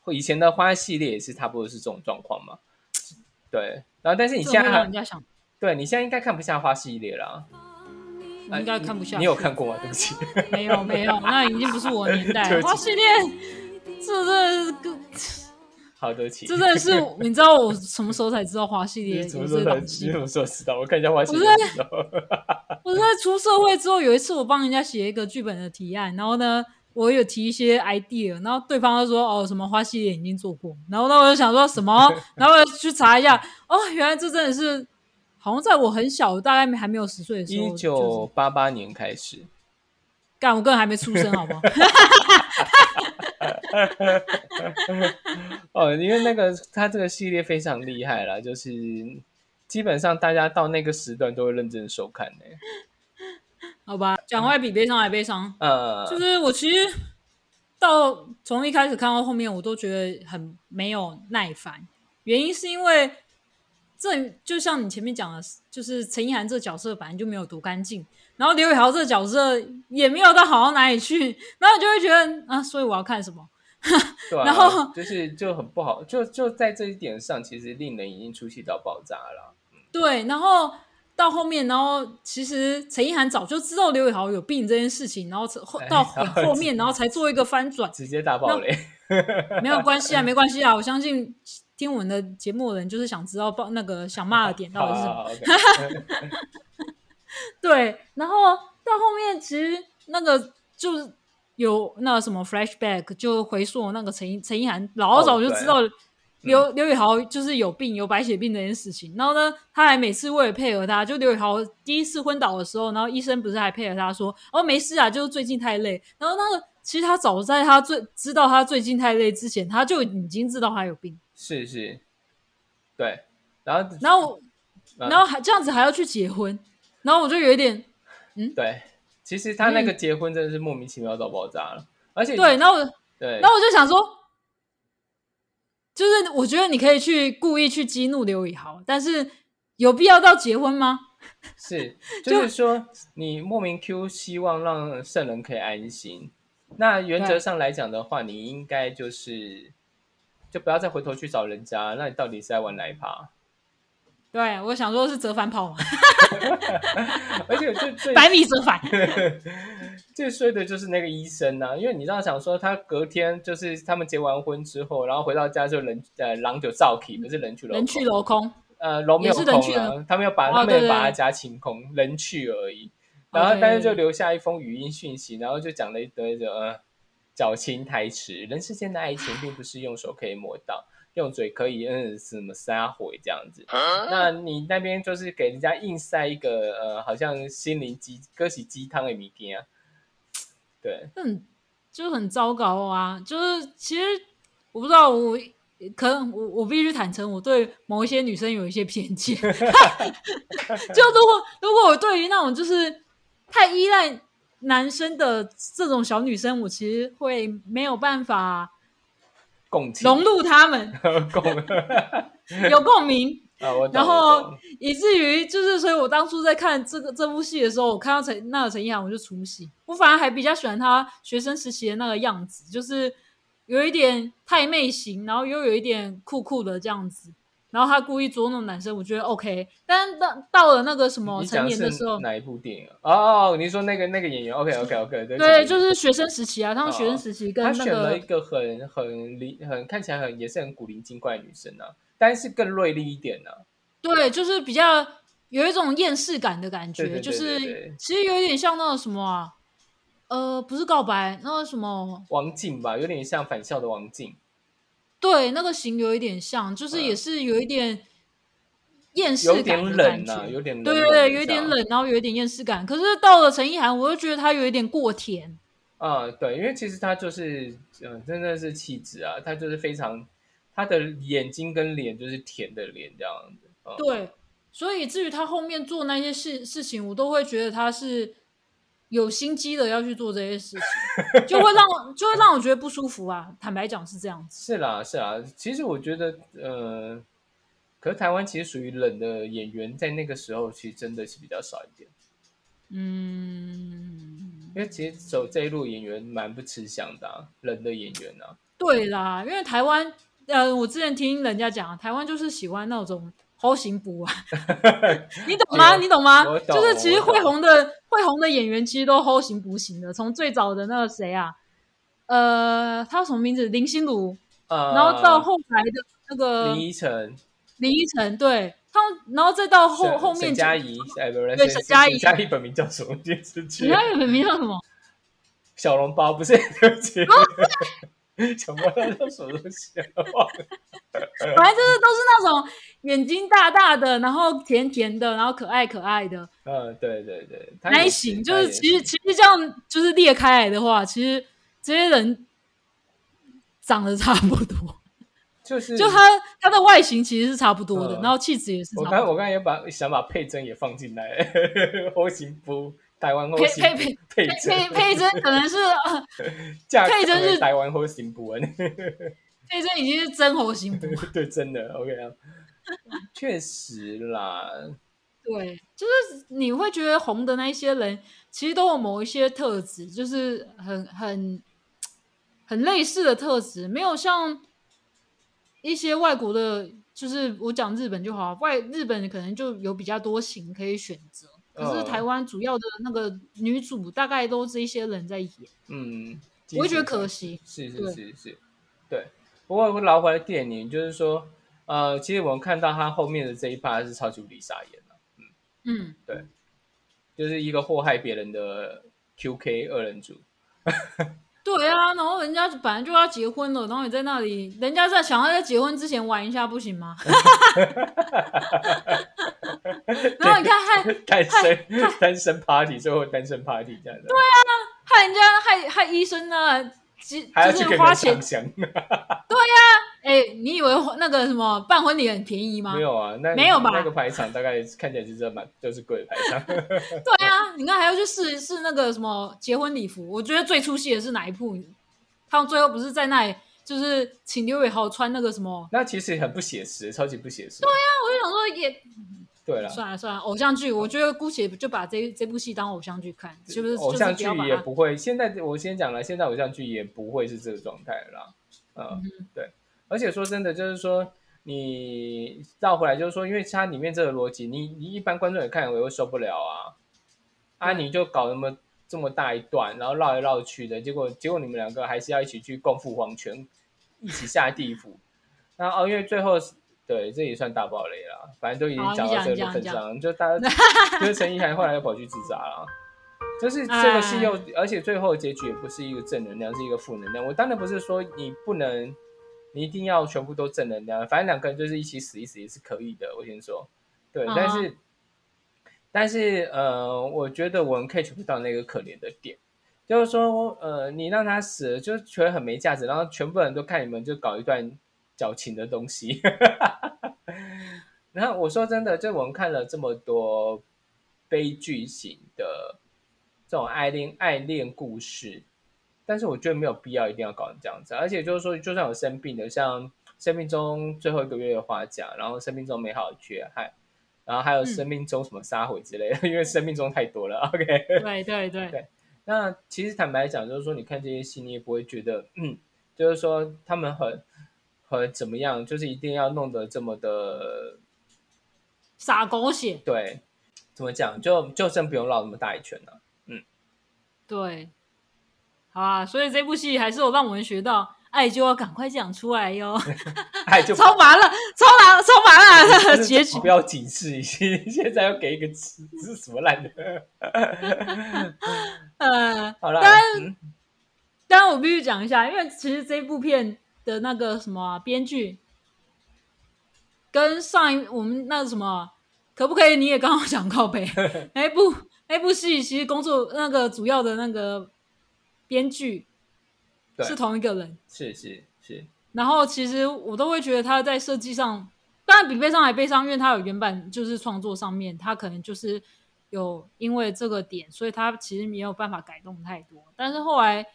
[SPEAKER 2] 会以前的花系列也是差不多是这种状况嘛。对，然后但是你
[SPEAKER 1] 这
[SPEAKER 2] 现
[SPEAKER 1] 会
[SPEAKER 2] 在
[SPEAKER 1] 让
[SPEAKER 2] 还
[SPEAKER 1] 人家想，
[SPEAKER 2] 对你现在应该看不下花系列了啊、
[SPEAKER 1] 我应该看不下
[SPEAKER 2] 你。你有看过吗？对不起。
[SPEAKER 1] 没有没有，那已经不是我年代
[SPEAKER 2] 对
[SPEAKER 1] 了。
[SPEAKER 2] 不起
[SPEAKER 1] 花系列，这这个
[SPEAKER 2] 好，对不起。
[SPEAKER 1] 这真的是，你知道我什么时候才知道花系
[SPEAKER 2] 你
[SPEAKER 1] 列
[SPEAKER 2] 什么
[SPEAKER 1] 有
[SPEAKER 2] 时候
[SPEAKER 1] 这
[SPEAKER 2] 才？
[SPEAKER 1] 东
[SPEAKER 2] 你
[SPEAKER 1] 西
[SPEAKER 2] 什？么时候知道？我看一下花絮
[SPEAKER 1] 不是
[SPEAKER 2] 的时候。
[SPEAKER 1] 我是在出社会之后，有一次我帮人家写一个剧本的提案，然后呢，我有提一些 idea，然后对方就说哦什么花系列已经做过，然后呢我就想说什 么，然后我就去查一下，哦原来这真的是好像在我很小，大概还没有十岁的时候，
[SPEAKER 2] 一
[SPEAKER 1] 就是
[SPEAKER 2] 九八八年开始，
[SPEAKER 1] 干我根本还没出生，好不 好？
[SPEAKER 2] 哦，因为那个他这个系列非常厉害啦，就是基本上大家到那个时段都会认真收看呢、
[SPEAKER 1] 好吧，讲话比悲伤还悲伤。
[SPEAKER 2] 呃，
[SPEAKER 1] 就是我其实到从一开始看到后面，我都觉得很没有耐烦。原因是因为这就像你前面讲的，就是陈意涵这个角色本来就没有多干净，然后刘宇豪这个角色也没有到好到哪里去，然后你就会觉得啊，所以我要看什么？
[SPEAKER 2] 对啊、
[SPEAKER 1] 然后
[SPEAKER 2] 就是就很不好，就就在这一点上，其实令人已经出戏到爆炸了。
[SPEAKER 1] 对，然后到后面，然后其实陈意涵早就知道刘宇豪有病这件事情，然后后到
[SPEAKER 2] 哎
[SPEAKER 1] 很
[SPEAKER 2] 然后
[SPEAKER 1] 后面，然后才做一个翻转，
[SPEAKER 2] 直接大爆雷，
[SPEAKER 1] 没有关系啊，没关系啊，我相信听我们的节目的人就是想知道爆那个想骂的点到底是什么。
[SPEAKER 2] 好？OK 啊
[SPEAKER 1] 对，然后到后面其实那个就是有那个什么 flashback，就回溯那个陈意陈意涵老
[SPEAKER 2] 哦
[SPEAKER 1] 早就
[SPEAKER 2] 对
[SPEAKER 1] 知道刘、刘宇豪就是有病有白血病这件事情，然后呢，他还每次为了配合他，就刘宇豪第一次昏倒的时候，然后医生不是还配合他说哦没事啊，就是最近太累，然后那个。其实他早在他最知道他最近太累之前，他就已经知道他有病，
[SPEAKER 2] 是是，对。然后
[SPEAKER 1] 然后，
[SPEAKER 2] 嗯
[SPEAKER 1] 然后还这样子还要去结婚，然后我就有一点
[SPEAKER 2] 对，其实他那个结婚真的是莫名其妙到爆炸了，而且
[SPEAKER 1] 对，然后我
[SPEAKER 2] 对
[SPEAKER 1] 然后我就想说，就是我觉得你可以去故意去激怒刘以豪，但是有必要到结婚吗？
[SPEAKER 2] 是，就是说你莫名 Q 希望让圣人可以安心，那原则
[SPEAKER 1] 对
[SPEAKER 2] 上来讲的话，你应该就是就不要再回头去找人家，那你到底是在玩哪一趴？
[SPEAKER 1] 对我想说是折返 跑嘛，
[SPEAKER 2] 而 且最最
[SPEAKER 1] 百米折返。
[SPEAKER 2] 最衰的就是那个医生啊呐、因为你这样想说，他隔天就是他们结完婚之后，然后回到家就人呃狼就造起，不是人去楼
[SPEAKER 1] 人去楼空，
[SPEAKER 2] 呃楼没有
[SPEAKER 1] 也
[SPEAKER 2] 空
[SPEAKER 1] 是人去
[SPEAKER 2] 啊，他们要把、
[SPEAKER 1] 哦
[SPEAKER 2] 他们
[SPEAKER 1] 对对
[SPEAKER 2] 要把他
[SPEAKER 1] 对
[SPEAKER 2] 家清空，人去而已。
[SPEAKER 1] 哦
[SPEAKER 2] 然后
[SPEAKER 1] 对
[SPEAKER 2] 但是
[SPEAKER 1] 对对
[SPEAKER 2] 就留下一封语音讯息，然后就讲了一堆的呃矫情台词，人世间的爱情并不是用手可以摸到。 用嘴可以嗯什么撒谎这样子，那你那边就是给人家硬塞一个呃，好像心灵鸡歌洗鸡汤的米羹啊，对，
[SPEAKER 1] 就很就很糟糕啊！就是其实我不知道我。可能我我必须坦诚，我对某一些女生有一些偏见。 就如果如果我对于那种就是太依赖男生的这种小女生，我其实会没有办法
[SPEAKER 2] 共情
[SPEAKER 1] 融入他们，
[SPEAKER 2] 共
[SPEAKER 1] 有共鸣，
[SPEAKER 2] 啊，我懂
[SPEAKER 1] 然
[SPEAKER 2] 我
[SPEAKER 1] 后
[SPEAKER 2] 懂
[SPEAKER 1] 以至于就是，所以我当初在看这个这部戏的时候，我看到陈那个陈意涵，我就出戏。我反而还比较喜欢他学生时期的那个样子，就是有一点太妹型，然后又有一点酷酷的这样子。然后他故意捉弄男生，我觉得 OK。但是到到了那个什么
[SPEAKER 2] 你
[SPEAKER 1] 成
[SPEAKER 2] 讲
[SPEAKER 1] 年
[SPEAKER 2] 是
[SPEAKER 1] 的时候，
[SPEAKER 2] 哪一部电影啊？哦，你说那个那个演员，OK OK OK，
[SPEAKER 1] 嗯对，
[SPEAKER 2] 对对，
[SPEAKER 1] 就是学生时期啊，他们学生时期跟
[SPEAKER 2] 哦他
[SPEAKER 1] 那
[SPEAKER 2] 选
[SPEAKER 1] 个
[SPEAKER 2] 了一个很很灵很看起来很也是很古灵精怪的女生啊，但是更锐利一点呢、啊。
[SPEAKER 1] 对，就是比较有一种厌世感的感觉，
[SPEAKER 2] 对对对
[SPEAKER 1] 就是
[SPEAKER 2] 对对
[SPEAKER 1] 其实有一点像那个什么啊，呃，不是告白，那个什么，
[SPEAKER 2] 王静吧，有点像返校的王静，
[SPEAKER 1] 对，那个型有一点像，就是也
[SPEAKER 2] 嗯
[SPEAKER 1] 是有一点厌世
[SPEAKER 2] 有
[SPEAKER 1] 感
[SPEAKER 2] 点
[SPEAKER 1] 的
[SPEAKER 2] 冷
[SPEAKER 1] 感
[SPEAKER 2] 呐、啊，
[SPEAKER 1] 觉。
[SPEAKER 2] 有点冷
[SPEAKER 1] 对对
[SPEAKER 2] 冷的
[SPEAKER 1] 对，有一
[SPEAKER 2] 这
[SPEAKER 1] 点
[SPEAKER 2] 样
[SPEAKER 1] 冷，然后有一点厌世感。可是到了陈意涵，我就觉得他有一点过甜。
[SPEAKER 2] 啊，对，因为其实他就是，嗯、真的是气质啊，他就是非常，他的眼睛跟脸就是甜的脸这样子，嗯、
[SPEAKER 1] 对，所以以至于他后面做那些事事情，我都会觉得他是有心机的要去做这些事情，就会让我就会让我觉得不舒服啊。坦白讲是这样子。
[SPEAKER 2] 是啦，是啦。其实我觉得，呃，可是台湾其实属于冷的演员，在那个时候其实真的是比较少一点，
[SPEAKER 1] 嗯，
[SPEAKER 2] 因为其实走这一路演员蛮不吃香的、啊，冷的演员啊。
[SPEAKER 1] 对啦，因为台湾，呃，我之前听人家讲，台湾就是喜欢那种猴型补 啊，你懂吗？
[SPEAKER 2] 有
[SPEAKER 1] 你懂吗？
[SPEAKER 2] 我懂
[SPEAKER 1] 就是其实
[SPEAKER 2] 我懂
[SPEAKER 1] 会红的会红的演员，其实都猴型补型的，从最早的那个谁啊，呃，他叫什么名字？林心如，
[SPEAKER 2] 呃，
[SPEAKER 1] 然后到后来的那个
[SPEAKER 2] 林依晨、
[SPEAKER 1] 林依晨，对他们，然后再到后
[SPEAKER 2] 沈
[SPEAKER 1] 后
[SPEAKER 2] 沈
[SPEAKER 1] 面
[SPEAKER 2] 佳宜，哎，不是
[SPEAKER 1] 对沈佳宜
[SPEAKER 2] 沈佳宜本名叫什么电视剧
[SPEAKER 1] 你？看有名叫什 么？
[SPEAKER 2] 小笼包不是？对不
[SPEAKER 1] 哦
[SPEAKER 2] 起，小笼包叫 什么东西啊？忘了
[SPEAKER 1] 反正就是都是那种眼睛大大的，然后甜甜的，然后可爱可爱的，
[SPEAKER 2] 嗯，对对对，他
[SPEAKER 1] 那
[SPEAKER 2] 也
[SPEAKER 1] 一
[SPEAKER 2] 是
[SPEAKER 1] 型，
[SPEAKER 2] 他
[SPEAKER 1] 就是
[SPEAKER 2] 也
[SPEAKER 1] 其实其实这样就是裂开来的话，其实这些人长得差不 多，
[SPEAKER 2] 就是
[SPEAKER 1] 就他他的外形其实是差不多的，
[SPEAKER 2] 嗯
[SPEAKER 1] 然后气质也是
[SPEAKER 2] 我
[SPEAKER 1] 差
[SPEAKER 2] 刚
[SPEAKER 1] 不
[SPEAKER 2] 我
[SPEAKER 1] 多。
[SPEAKER 2] 刚才也把想把佩珍也放进来， 后行不台湾后
[SPEAKER 1] 佩
[SPEAKER 2] 行
[SPEAKER 1] 佩
[SPEAKER 2] 不
[SPEAKER 1] 佩
[SPEAKER 2] 佩
[SPEAKER 1] 佩
[SPEAKER 2] 珍
[SPEAKER 1] 佩珍可能是呃
[SPEAKER 2] 嫁
[SPEAKER 1] 佩珍
[SPEAKER 2] 成为
[SPEAKER 1] 是
[SPEAKER 2] 台湾后行不啊，
[SPEAKER 1] 佩珍已经是真猴型不，
[SPEAKER 2] 对，真的 OK 啊，确实啦，
[SPEAKER 1] 对，就是你会觉得红的那一些人，其实都有某一些特质，就是很很很类似的特质，没有像一些外国的，就是我讲日本就好，外日本可能就有比较多型可以选择，可是
[SPEAKER 2] 嗯
[SPEAKER 1] 台湾主要的那个女主大概都是一些人在演，
[SPEAKER 2] 嗯，
[SPEAKER 1] 我会觉得
[SPEAKER 2] 可惜。
[SPEAKER 1] 可惜。
[SPEAKER 2] 是是
[SPEAKER 1] 对
[SPEAKER 2] 是是，对。不过我老回来电影，就是说，呃，其实我们看到他后面的这一趴是超级无敌傻眼了，
[SPEAKER 1] 嗯，
[SPEAKER 2] 就是一个祸害别人的 QK 二人组。
[SPEAKER 1] 对啊，然后人家本来就要结婚了，然后你在那里，人家在想要在结婚之前玩一下，不行 吗？然后你看害
[SPEAKER 2] 单身单身 party，最后单身 party 这样子，
[SPEAKER 1] 啊
[SPEAKER 2] 对，
[SPEAKER 1] 害人家害害医生呢，就
[SPEAKER 2] 还要
[SPEAKER 1] 就
[SPEAKER 2] 去
[SPEAKER 1] 是
[SPEAKER 2] 给
[SPEAKER 1] 花
[SPEAKER 2] 人
[SPEAKER 1] 钱
[SPEAKER 2] 上。香，
[SPEAKER 1] 哎、你以为那个什么办婚礼很便宜吗？
[SPEAKER 2] 没有啊，那
[SPEAKER 1] 没有吧
[SPEAKER 2] 那个排场大概看起来就是蛮就是贵的排场，
[SPEAKER 1] 对啊，你看还要去试试那个什么结婚礼服，我觉得最出戏的是哪一部？他们最后不是在那里就是请刘伟豪穿那个什么？
[SPEAKER 2] 那其实很不写实，超级不写实。对呀、
[SPEAKER 1] 那我就想说也
[SPEAKER 2] 对啦，
[SPEAKER 1] 算了算了，偶像剧，我觉得姑且就把这这部戏当偶像剧看，是不是？
[SPEAKER 2] 偶像剧
[SPEAKER 1] 就是不
[SPEAKER 2] 也
[SPEAKER 1] 要把它
[SPEAKER 2] 不会，现在我先讲了，现在偶像剧也不会是这个状态了啦。嗯，对。而且说真的，就是说你绕回来，就是说，因为它里面这个逻辑，你你一般观众也看，我又受不了啊。啊，你就搞那么这么大一段，然后绕来绕去的，结果结果你们两个还是要一起去共赴黄泉，一起下地府。那哦，因为最后是对这也算大爆雷了，反正都已经
[SPEAKER 1] 好
[SPEAKER 2] 讲
[SPEAKER 1] 你
[SPEAKER 2] 到
[SPEAKER 1] 讲
[SPEAKER 2] 这
[SPEAKER 1] 你
[SPEAKER 2] 个
[SPEAKER 1] 讲
[SPEAKER 2] 份
[SPEAKER 1] 你讲
[SPEAKER 2] 上，就大家就是陈意涵后来又跑去自杀了。就是这个戏又，而且最后结局也不是一个正能量，是一个负能量。我当然不是说你不能，你一定要全部都正能量，反正两个人就是一起死一死也是可以的。我先说，对，
[SPEAKER 1] 嗯
[SPEAKER 2] 但是但是呃，我觉得我们 catch 不到那个可怜的点，就是说呃，你让他死了就觉得很没价值，然后全部人都看你们就搞一段矫情的东西。 然后我说真的，就我们看了这么多悲剧型的这种爱恋爱恋故事，但是我觉得没有必要一定要搞成这样子。而且就是说，就算有生病的，像生命中最后一个月的花甲，然后生命中美好的缺憾，然后还有
[SPEAKER 1] 嗯
[SPEAKER 2] 生命中什么杀回之类的，因 为生命中太多了。OK，
[SPEAKER 1] 对对对
[SPEAKER 2] 对那其实坦白讲，就是说你看这些戏，你也不会觉得，嗯，就是说他们很很怎么样，就是一定要弄得这么的
[SPEAKER 1] 撒狗血，
[SPEAKER 2] 对，怎么讲，就就真不用绕那么大一圈了、
[SPEAKER 1] 对，好啊，所以这部戏还是有让我们学到。爱就要赶快讲出来哟，
[SPEAKER 2] 哎，就
[SPEAKER 1] 超麻辣，超麻，超麻辣的结局
[SPEAKER 2] 不。要紧致， 现在要给一个吃，这是什么烂的？
[SPEAKER 1] 呃，
[SPEAKER 2] 好啦，嗯
[SPEAKER 1] 当然我必须讲一下，因为其实这部片的那个什么啊编、剧，跟上一我们那个什么，可不可以你也刚好讲靠背那一部那一部戏，其实工作那个主要的那个编剧
[SPEAKER 2] 对
[SPEAKER 1] 是同一个人，
[SPEAKER 2] 是是是，
[SPEAKER 1] 然后其实我都会觉得他在设计上，当然比悲伤还悲伤，因为他有原版就是创作上面，他可能就是有因为这个点，所以他其实没有办法改动太多。但是后来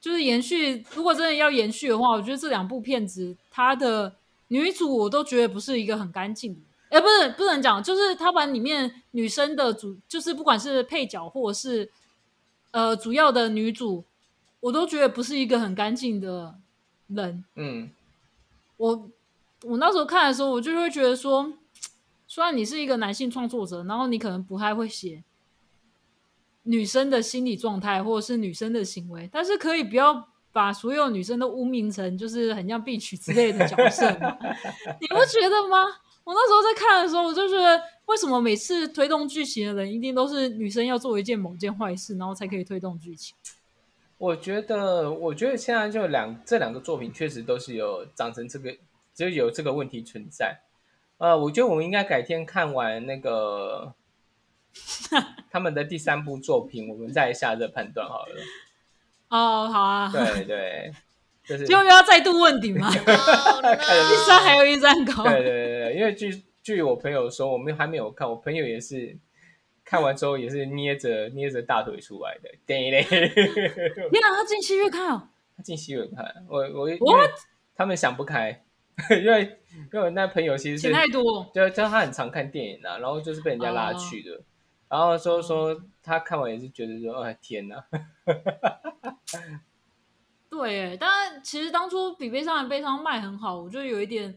[SPEAKER 1] 就是延续，如果真的要延续的话，我觉得这两部片子它的女主我都觉得不是一个很干净的。哎，不是不能讲，就是他把里面女生的主，就是不管是配角或是呃主要的女主，我都觉得不是一个很干净的人。
[SPEAKER 2] 嗯
[SPEAKER 1] 我我那时候看的时候，我就会觉得说，虽然你是一个男性创作者，然后你可能不太会写女生的心理状态或者是女生的行为，但是可以不要把所有女生都污名成就是很像 bitch 之类的角色 吗？你不觉得吗？我那时候在看的时候，我就觉得为什么每次推动剧情的人一定都是女生要做一件某件坏事，然后才可以推动剧情？
[SPEAKER 2] 我觉得，我觉得现在就两这两个作品确实都是有长成这个，就有这个问题存在。呃，我觉得我们应该改天看完那个他们的第三部作品，我们再下这判断好了。
[SPEAKER 1] 哦，好啊，
[SPEAKER 2] 对对，就是
[SPEAKER 1] 就又要再度问鼎吗？
[SPEAKER 3] Oh,
[SPEAKER 1] 一
[SPEAKER 3] no
[SPEAKER 1] 山还有一山高。
[SPEAKER 2] 对对对对，因为据据我朋友说，我们还没有看，我朋友也是看完之后也是捏着捏着大腿出来的。对嘞，
[SPEAKER 1] 天啊，他进戏院看哦！
[SPEAKER 2] 他进戏院看，我我
[SPEAKER 1] What？
[SPEAKER 2] 因为他们想不开，因为因为我那朋友其实
[SPEAKER 1] 钱
[SPEAKER 2] 是
[SPEAKER 1] 太多，
[SPEAKER 2] 就就他很常看电影啊，然后就是被人家拉
[SPEAKER 1] 哦
[SPEAKER 2] 去的，然后说说他看完也是觉得说，哎天哪，
[SPEAKER 1] 对耶，但其实当初比悲伤还悲伤卖很好，我就有一点，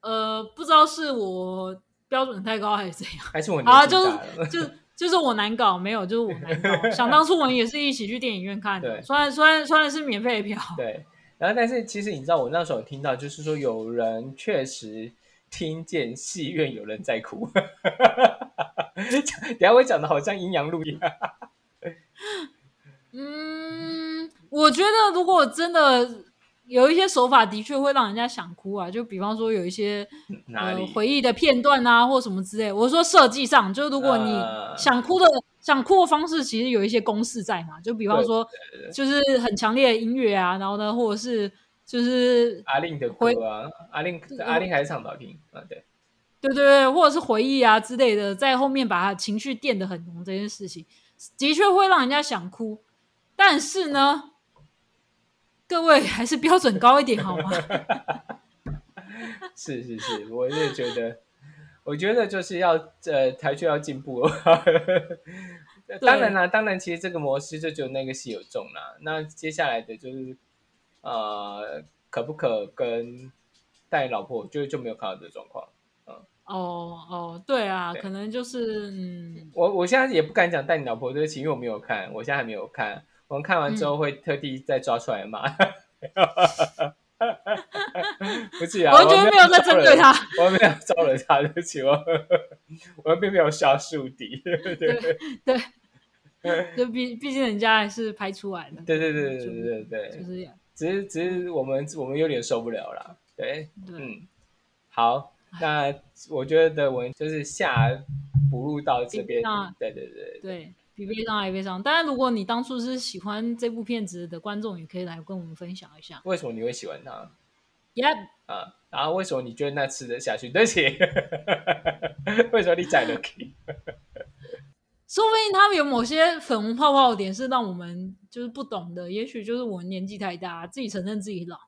[SPEAKER 1] 呃，不知道是我标准太高还是怎样，
[SPEAKER 2] 还是我
[SPEAKER 1] 好啊，
[SPEAKER 2] 年纪
[SPEAKER 1] 就
[SPEAKER 2] 大
[SPEAKER 1] 是
[SPEAKER 2] 了，
[SPEAKER 1] 就就是我难搞，没有，就是我难搞。想当初我们也是一起去电影院看的，
[SPEAKER 2] 对
[SPEAKER 1] 虽然虽然虽然是免费的票，
[SPEAKER 2] 对，然后但是其实你知道，我那时候有听到就是说有人确实听见戏院有人在哭， 等一下我讲的好像阴阳路一样，
[SPEAKER 1] 嗯，我觉得如果真的有一些手法，的确会让人家想哭啊。就比方说有一些
[SPEAKER 2] 哪
[SPEAKER 1] 呃
[SPEAKER 2] 里？
[SPEAKER 1] 回忆的片段啊，或什么之类。我说设计上，就如果你
[SPEAKER 2] 呃
[SPEAKER 1] 想哭的、想哭的方式，其实有一些公式在嘛。就比方
[SPEAKER 2] 对
[SPEAKER 1] 说，就是很强烈的音乐啊，然后呢，或者是就是
[SPEAKER 2] 阿令的歌啊，阿令阿令还是唱得好听啊，对，
[SPEAKER 1] 对对对，或者是回忆啊之类的，在后面把他情绪垫得很浓这件事情，的确会让人家想哭。但是呢，各位还是标准高一点好 吗？
[SPEAKER 2] 是是是，我是觉得，我觉得就是要呃台剧要进步。当然啦，当 然，其实这个模式就只有那个戏有中啦。那接下来的就是呃，可不可跟带老婆就就没有看到这个状况。
[SPEAKER 1] 哦哦，对啊，
[SPEAKER 2] 对
[SPEAKER 1] 可能就是嗯，
[SPEAKER 2] 我我现在也不敢讲带你老婆对不起，因为我没有看，我现在还没有看。我们看完之
[SPEAKER 1] 嗯
[SPEAKER 2] 后会特地再抓出来骂。 不是啊，
[SPEAKER 1] 我觉得
[SPEAKER 2] 没
[SPEAKER 1] 没有在针对他，
[SPEAKER 2] 我没有招惹他，对不起，我我并没有杀树敌。
[SPEAKER 1] 就毕毕竟人家还是拍出来的，
[SPEAKER 2] 对对对对对对
[SPEAKER 1] 就
[SPEAKER 2] 对，
[SPEAKER 1] 是这样
[SPEAKER 2] 只是只是我们我们有点受不了啦。对，
[SPEAKER 1] 对，
[SPEAKER 2] 嗯，好，那我觉得我们就是下补录到这边
[SPEAKER 1] 那。
[SPEAKER 2] 对对对对，
[SPEAKER 1] 对比悲伤还悲伤。当然，如果你当初是喜欢这部片子的观众，也可以来跟我们分享一下。
[SPEAKER 2] 为什么你会喜欢他
[SPEAKER 1] Yep，
[SPEAKER 2] 啊？然后为什么你觉得那吃得下去？对不起， 为什么你宰了 k
[SPEAKER 1] 说不定他们有某些粉红泡泡的点是让我们就是不懂的，也许就是我们年纪太大，自己承认自己老。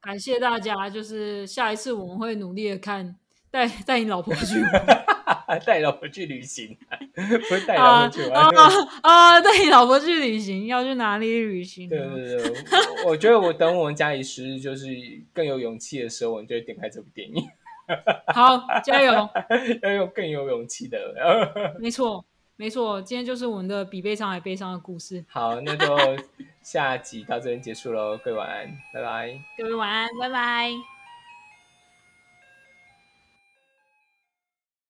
[SPEAKER 1] 感谢大家，就是下一次我们会努力的看，带带你 老婆去玩
[SPEAKER 2] 带老婆去旅行，不是带老
[SPEAKER 1] 啊
[SPEAKER 2] 婆去玩。
[SPEAKER 1] 啊啊！带你老婆去旅行，要去哪里旅行呢？
[SPEAKER 2] 对对对，我我觉得我等我们家里时日就是更有勇气的时候，我们就会点开这部电影，
[SPEAKER 1] 好，加油！
[SPEAKER 2] 要用更有勇气的。
[SPEAKER 1] 没错，没错，今天就是我们的比悲伤还悲伤的故事。
[SPEAKER 2] 好，那就下集到这边结束喽，各位晚安，拜拜。
[SPEAKER 1] 各位晚安，拜拜。